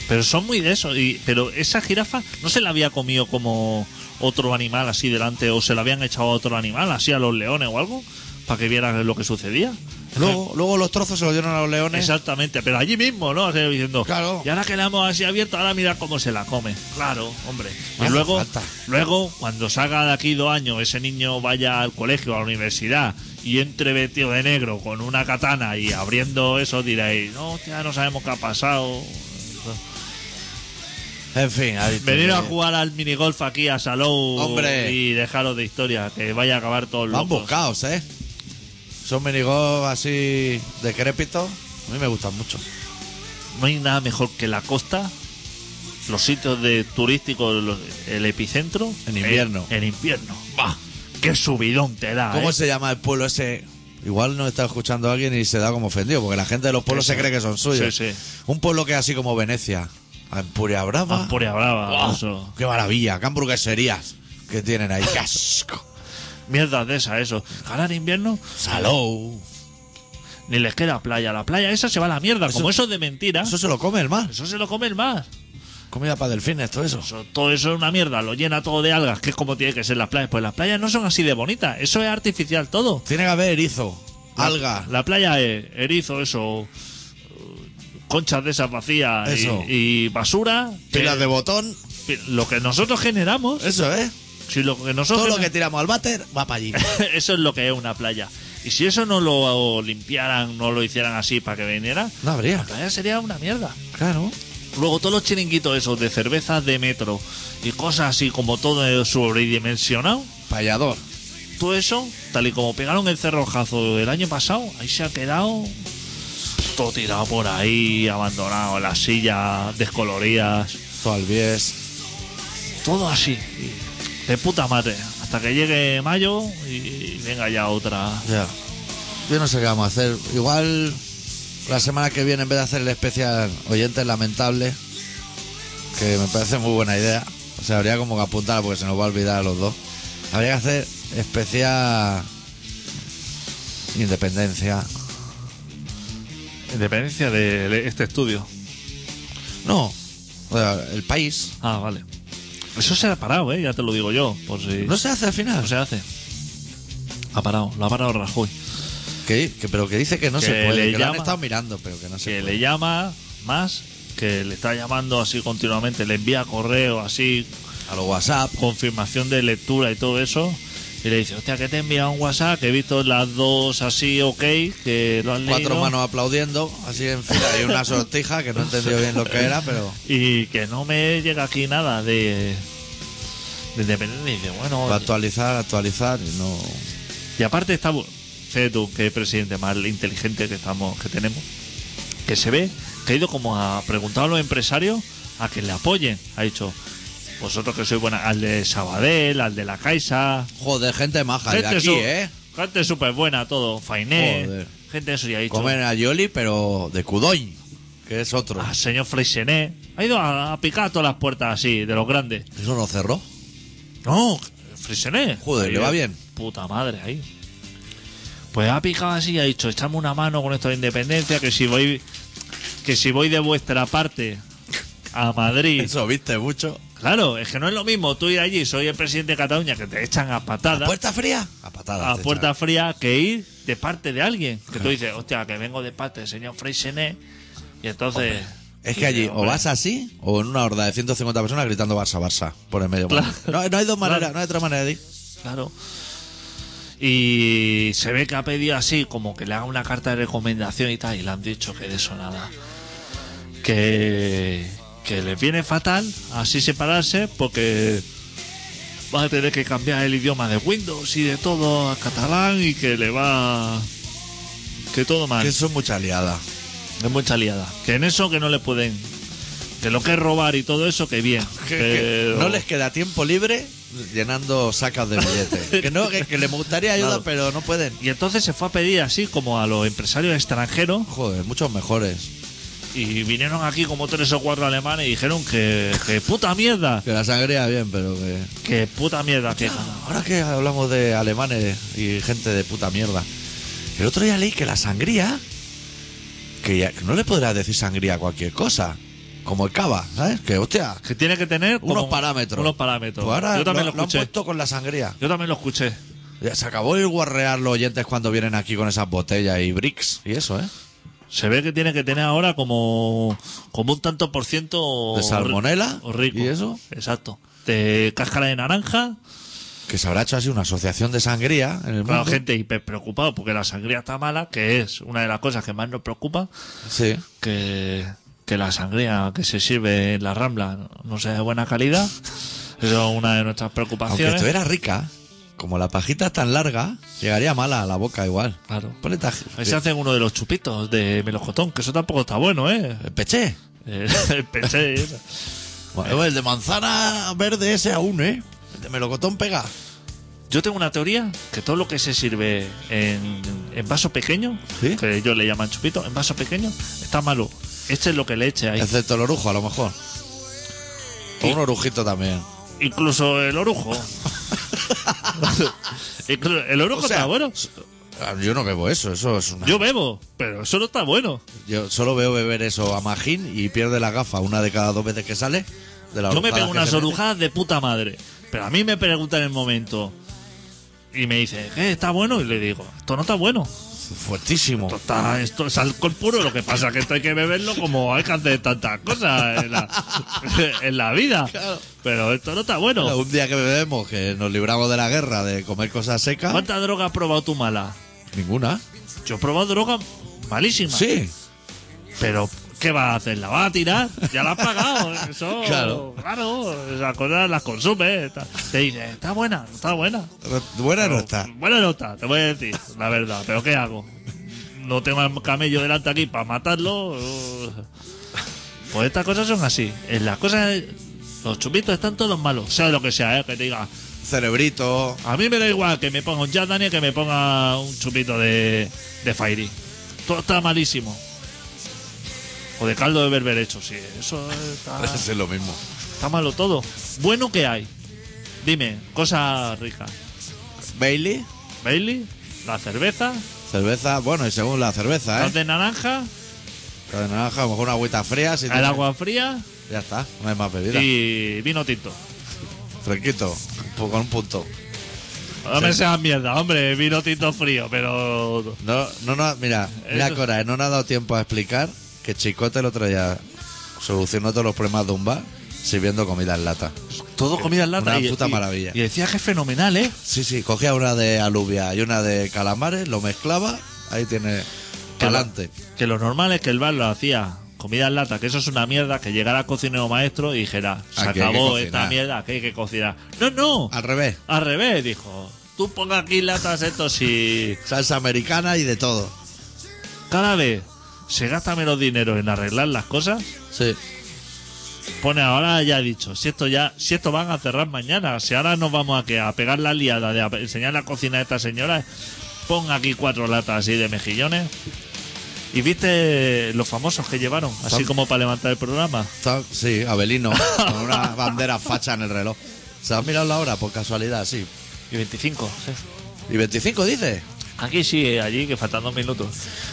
S2: Pero son muy de eso. Y, pero esa jirafa no se la había comido como otro animal así delante o se la habían echado a otro animal, así a los leones o algo, para que vieran lo que sucedía.
S1: Luego, luego los trozos se los dieron a los leones.
S2: Exactamente, pero allí mismo, ¿no? O sea, diciendo,
S1: Claro.
S2: Y ahora que la hemos así abierto, ahora mira cómo se la come. Claro, hombre.
S1: No
S2: Y
S1: hace
S2: luego,
S1: falta.
S2: luego, cuando salga de aquí dos años, ese niño vaya al colegio, a la universidad y entre vestido de negro con una katana y abriendo eso, diréis, no, ya no sabemos qué ha pasado.
S1: En fin, ahí está.
S2: Venir a jugar al minigolf aquí a Salou
S1: Hombre.
S2: y dejaros de historia, que vaya a acabar todos
S1: Van
S2: locos.
S1: buscados, ¿eh? Son minigolf así decrépitos. A mí me gustan mucho.
S2: No hay nada mejor que la costa, los sitios de turísticos, los- el epicentro. Eh,
S1: En invierno.
S2: En, en invierno. ¡Bah! ¡Qué subidón te da!
S1: ¿Cómo
S2: eh!
S1: se llama el pueblo ese? Igual no está escuchando a alguien y se da como ofendido, porque la gente de los pueblos
S2: Eso.
S1: se cree que son suyos.
S2: Sí, sí.
S1: Un pueblo que es así como Venecia. Ampuria Brava.
S2: Ampuria Brava,
S1: ¡Guau!
S2: eso.
S1: ¡Qué maravilla! ¡Qué hamburgueserías que tienen ahí! ¡Qué asco!
S2: Mierda de esa, eso. Ahora en invierno
S1: ¡Salou!
S2: ni les queda playa. La playa esa se va a la mierda.
S1: Eso-
S2: como eso es de mentira,
S1: Eso
S2: eso,
S1: se lo come el mar.
S2: se lo come el mar.
S1: Comida para delfines, todo eso.
S2: Eso- todo eso es una mierda. Lo llena todo de algas, que es como tiene que ser las playas. Pues las playas no son así de bonitas. Eso es artificial todo.
S1: Tiene que haber erizo,
S2: La-
S1: alga.
S2: La playa es erizo, eso. Conchas de esas vacías y-
S1: Eso.
S2: Y, basura.
S1: Pilas
S2: que-
S1: de botón,
S2: pi- Lo que nosotros generamos.
S1: eso, ¿eh?
S2: Si lo que
S1: Todo
S2: nosotros
S1: lo que tiramos al váter va para allí.
S2: eso es lo que es una playa. Y si eso no lo limpiaran, no lo hicieran así para que viniera,
S1: No habría.
S2: la playa sería una mierda.
S1: Claro.
S2: Luego todos los chiringuitos esos de cervezas de metro y cosas así como todo sobredimensionado,
S1: Payador.
S2: todo eso, tal y como pegaron el cerrojazo el año pasado, ahí se ha quedado todo tirado por ahí, abandonado, las sillas descoloridas,
S1: Solvies.
S2: todo así, y de puta madre, hasta que llegue mayo y venga ya otra.
S1: Ya. Yo no sé qué vamos a hacer. Igual la semana que viene, en vez de hacer el especial Oyentes Lamentables, que me parece muy buena idea, o sea, habría como que apuntar porque se nos va a olvidar a los dos. Habría que hacer especial Independencia.
S2: Independencia de este estudio.
S1: No, o sea, el país.
S2: Ah, vale. Eso se ha parado, ¿eh? Ya te lo digo yo, por si...
S1: No se hace al final.
S2: No se hace. Ha parado, lo ha parado Rajoy.
S1: Que, que- pero que dice que no
S2: Que
S1: se
S2: le
S1: puede, que lo han
S2: llama-
S1: estado mirando, pero que no se
S2: que
S1: puede.
S2: le llama más, que le está llamando así continuamente, le envía correo así
S1: a los WhatsApp.
S2: confirmación de lectura y todo eso. Y le dice, hostia, que te he enviado un WhatsApp, que he visto las dos así, ok, que lo han
S1: Cuatro
S2: leído.
S1: manos aplaudiendo, así en fila, y una sortija que no entendió bien lo que era, pero.
S2: Y que no me llega aquí nada de, de independencia. Y dice, bueno,
S1: Para actualizar, actualizar y no.
S2: y aparte está, bu- fíjate tú, que presidente más inteligente que estamos que tenemos, que se ve que ha ido como a preguntar a los empresarios a que le apoyen. Ha dicho, vosotros que sois buena, al de Sabadell, al de la Caixa,
S1: Joder, gente maja de
S2: Gente
S1: aquí,
S2: su-
S1: ¿eh?
S2: Gente súper buena, todo. Fainé.
S1: Joder.
S2: Gente eso ya ha dicho.
S1: Comen a Yoli, pero de Cudoy, que es otro.
S2: Ah, señor Freixené. Ha ido a, a picar todas las puertas así, de los grandes.
S1: Eso no cerró.
S2: No, Freixené.
S1: Joder,
S2: Ahí,
S1: le va bien.
S2: Puta madre, ahí. Pues ha picado así y ha dicho, echadme una mano con esto de independencia, que si voy, que si voy de vuestra parte a Madrid.
S1: Eso viste mucho.
S2: Claro, es que no es lo mismo tú ir allí, soy el presidente de Cataluña, que te echan a patadas.
S1: ¿Puerta fría? A patadas.
S2: a
S1: Ah, te
S2: puerta fría que ir de parte de alguien. Que tú dices, hostia, que vengo de parte del señor Freixenet. Y entonces.
S1: echaron. Es que allí
S2: dices,
S1: o
S2: hombre,
S1: vas así o en una horda de 150 personas gritando Barça, Barça por el medio.
S2: Claro.
S1: No, no hay dos maneras,
S2: Claro.
S1: no hay otra manera de ir.
S2: Claro. Y se ve que ha pedido así, como que le haga una carta de recomendación y tal. Y le han dicho que de eso nada. Que. Que les viene fatal así separarse porque. Va a tener que cambiar el idioma de Windows y de todo a catalán y que le va. Que todo mal.
S1: Que eso es mucha liada.
S2: Es mucha liada. Que en eso que no le pueden. Que lo que es robar y todo eso, que bien.
S1: Que- que
S2: pero-
S1: no les queda tiempo libre llenando sacas de billetes. que no, que, que les gustaría ayuda,
S2: Claro.
S1: pero no pueden.
S2: Y entonces se fue a pedir así como a los empresarios extranjeros
S1: Joder, muchos mejores.
S2: y vinieron aquí como tres o cuatro alemanes y dijeron que, que puta mierda,
S1: Que la sangría bien, pero que.
S2: que puta mierda, que
S1: Ahora que hablamos de alemanes y gente de puta mierda. El otro día leí que la sangría. Que, ya- que no le podrás decir sangría a cualquier cosa. Como el cava, ¿sabes? Que hostia.
S2: que tiene que tener como
S1: Unos parámetros.
S2: Unos parámetros.
S1: Pues ahora
S2: Yo también
S1: lo,
S2: lo,
S1: lo han
S2: escuché.
S1: puesto con la sangría.
S2: Yo también lo escuché.
S1: Ya se acabó el guarrear los oyentes cuando vienen aquí con esas botellas y bricks y eso, ¿eh?
S2: Se ve que tiene que tener ahora como, como un tanto por ciento
S1: De salmonela
S2: o rico.
S1: y eso.
S2: Exacto. De cáscara de naranja.
S1: Que se habrá hecho así una asociación de sangría en el
S2: Claro,
S1: mundo.
S2: gente hiper preocupada porque la sangría está mala, que es una de las cosas que más nos preocupa,
S1: Sí.
S2: que, que la sangría que se sirve en la rambla no sea de buena calidad. Eso es una de nuestras
S1: Aunque
S2: preocupaciones.
S1: estuviera rica, como la pajita es tan larga, llegaría mala a la boca igual.
S2: Claro.
S1: Ponle taj-
S2: Ahí se hacen uno de los chupitos de melocotón, que eso tampoco está bueno, ¿eh?
S1: Eh, Peché.
S2: Eh, El peché. eso.
S1: Bueno, el de manzana verde ese aún, ¿eh? El de melocotón pega.
S2: Yo tengo una teoría que todo lo que se sirve en, en vaso pequeño,
S1: ¿Sí?
S2: que ellos le llaman chupito, en vaso pequeño, está malo. Eche lo que le eche ahí.
S1: Excepto el orujo, a lo mejor. O un orujito también.
S2: Incluso el orujo. Inclu- el orujo
S1: O sea,
S2: está bueno.
S1: Ah, Yo no bebo eso, eso es una...
S2: Yo bebo, pero eso no está bueno.
S1: Yo solo veo beber eso a Magín y pierde la gafa una de cada dos veces que sale. De la
S2: Yo me
S1: orujada
S2: pego
S1: que
S2: unas
S1: se mete.
S2: orujadas de puta madre. Pero a mí me preguntan en el momento. Y me dicen, ¿qué? ¿Está bueno? Y le digo, esto no está bueno.
S1: Fuertísimo.
S2: Esto, está- esto es alcohol puro. Lo que pasa es que esto hay que beberlo como hay que hacer tantas cosas en la, en la vida.
S1: Claro.
S2: Pero esto no está bueno.
S1: Un día que bebemos, que nos libramos de la guerra, de comer cosas secas,
S2: ¿Cuánta droga has probado tú mala?
S1: ninguna.
S2: Yo he probado droga malísima.
S1: Sí.
S2: Pero, ¿qué va a hacer? ¿La va a tirar? Ya la has pagado. ¿eh? Eso,
S1: Claro.
S2: claro. Esas cosas las consume. eh, Está- Te dice, está buena, está buena.
S1: Buena no está.
S2: Buena nota, te voy a decir, la verdad. Pero, ¿qué hago? No tengo al camello delante aquí para matarlo. Pues estas cosas son así. En las cosas, los chupitos están todos malos. Sea lo que sea, ¿eh? que te diga,
S1: Cerebrito.
S2: a mí me da igual que me ponga un Jack Daniel que me ponga un chupito de, de Fairy. Todo está malísimo. O de caldo de berberecho, sí. Eso está,
S1: es lo mismo.
S2: está malo todo. Bueno que hay. Dime, cosa rica.
S1: Bailey.
S2: Bailey, la cerveza,
S1: Cerveza, bueno, y según la cerveza,
S2: la
S1: ¿eh?
S2: de naranja,
S1: La de naranja, a lo mejor una agüita fría. Si
S2: el
S1: tiene-
S2: agua fría
S1: Ya está, no hay más bebida.
S2: y vino tinto.
S1: Fresquito, un poco- con un punto.
S2: No me seas mierda, hombre, vino tinto frío, pero...
S1: No, no, no, mira, mira,
S2: Eso-
S1: Cora, eh, no nos ha dado tiempo a explicar que Chicote el otro día solucionó todos los problemas de un bar sirviendo comida en lata.
S2: todo comida en lata.
S1: Una
S2: y-
S1: puta
S2: y-
S1: maravilla.
S2: Y decía que es fenomenal, ¿eh?
S1: Sí, sí, cogía una de alubia y una de calamares, lo mezclaba, ahí tiene
S2: Que lo-
S1: pa'lante.
S2: Que lo normal es que el bar lo hacía comida en lata, que eso es una mierda, que llegara cocinero maestro y dijera, se
S1: Aquí hay que
S2: acabó
S1: cocinar".
S2: esta mierda, que hay que cocinar. No, no,
S1: Al revés,
S2: al revés, dijo. Tú ponga aquí latas estos y
S1: salsa americana y de todo.
S2: cada vez se gasta menos dinero en arreglar las cosas.
S1: Sí.
S2: Pone ahora ya dicho, si esto ya, si esto van a cerrar mañana, si ahora nos vamos a que a pegar la liada de a- enseñar la cocina a esta señora, ponga aquí cuatro latas así de mejillones. Y viste los famosos que llevaron, así
S1: Son-
S2: como para levantar el programa.
S1: Está- Sí, Abelino, con una bandera facha en el reloj. ¿Se has mirado la hora por casualidad? Sí.
S2: Y 25. sí.
S1: ¿Y 25 dice?
S2: Aquí sí, eh, allí que faltan dos minutos.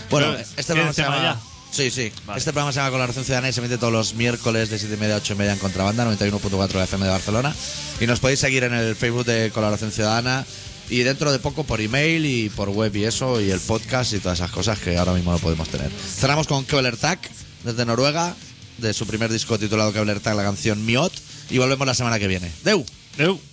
S1: Bueno,
S2: Pero,
S1: este programa
S2: ¿tienes
S1: se
S2: tema
S1: llama...
S2: ya?
S1: Sí, sí.
S2: Vale.
S1: Este programa se llama Colaboración Ciudadana y se emite todos los miércoles de 7 y media a 8 y media en Contrabanda, 91.4 de FM de Barcelona. Y nos podéis seguir en el Facebook de Colaboración Ciudadana y dentro de poco por email y por web y eso, y el podcast y todas esas cosas que ahora mismo no podemos tener. Cerramos con Kevler Tack desde Noruega, de su primer disco titulado Kevler Tack, la canción Miot, y volvemos la semana que viene. ¡Deu!
S2: Eu.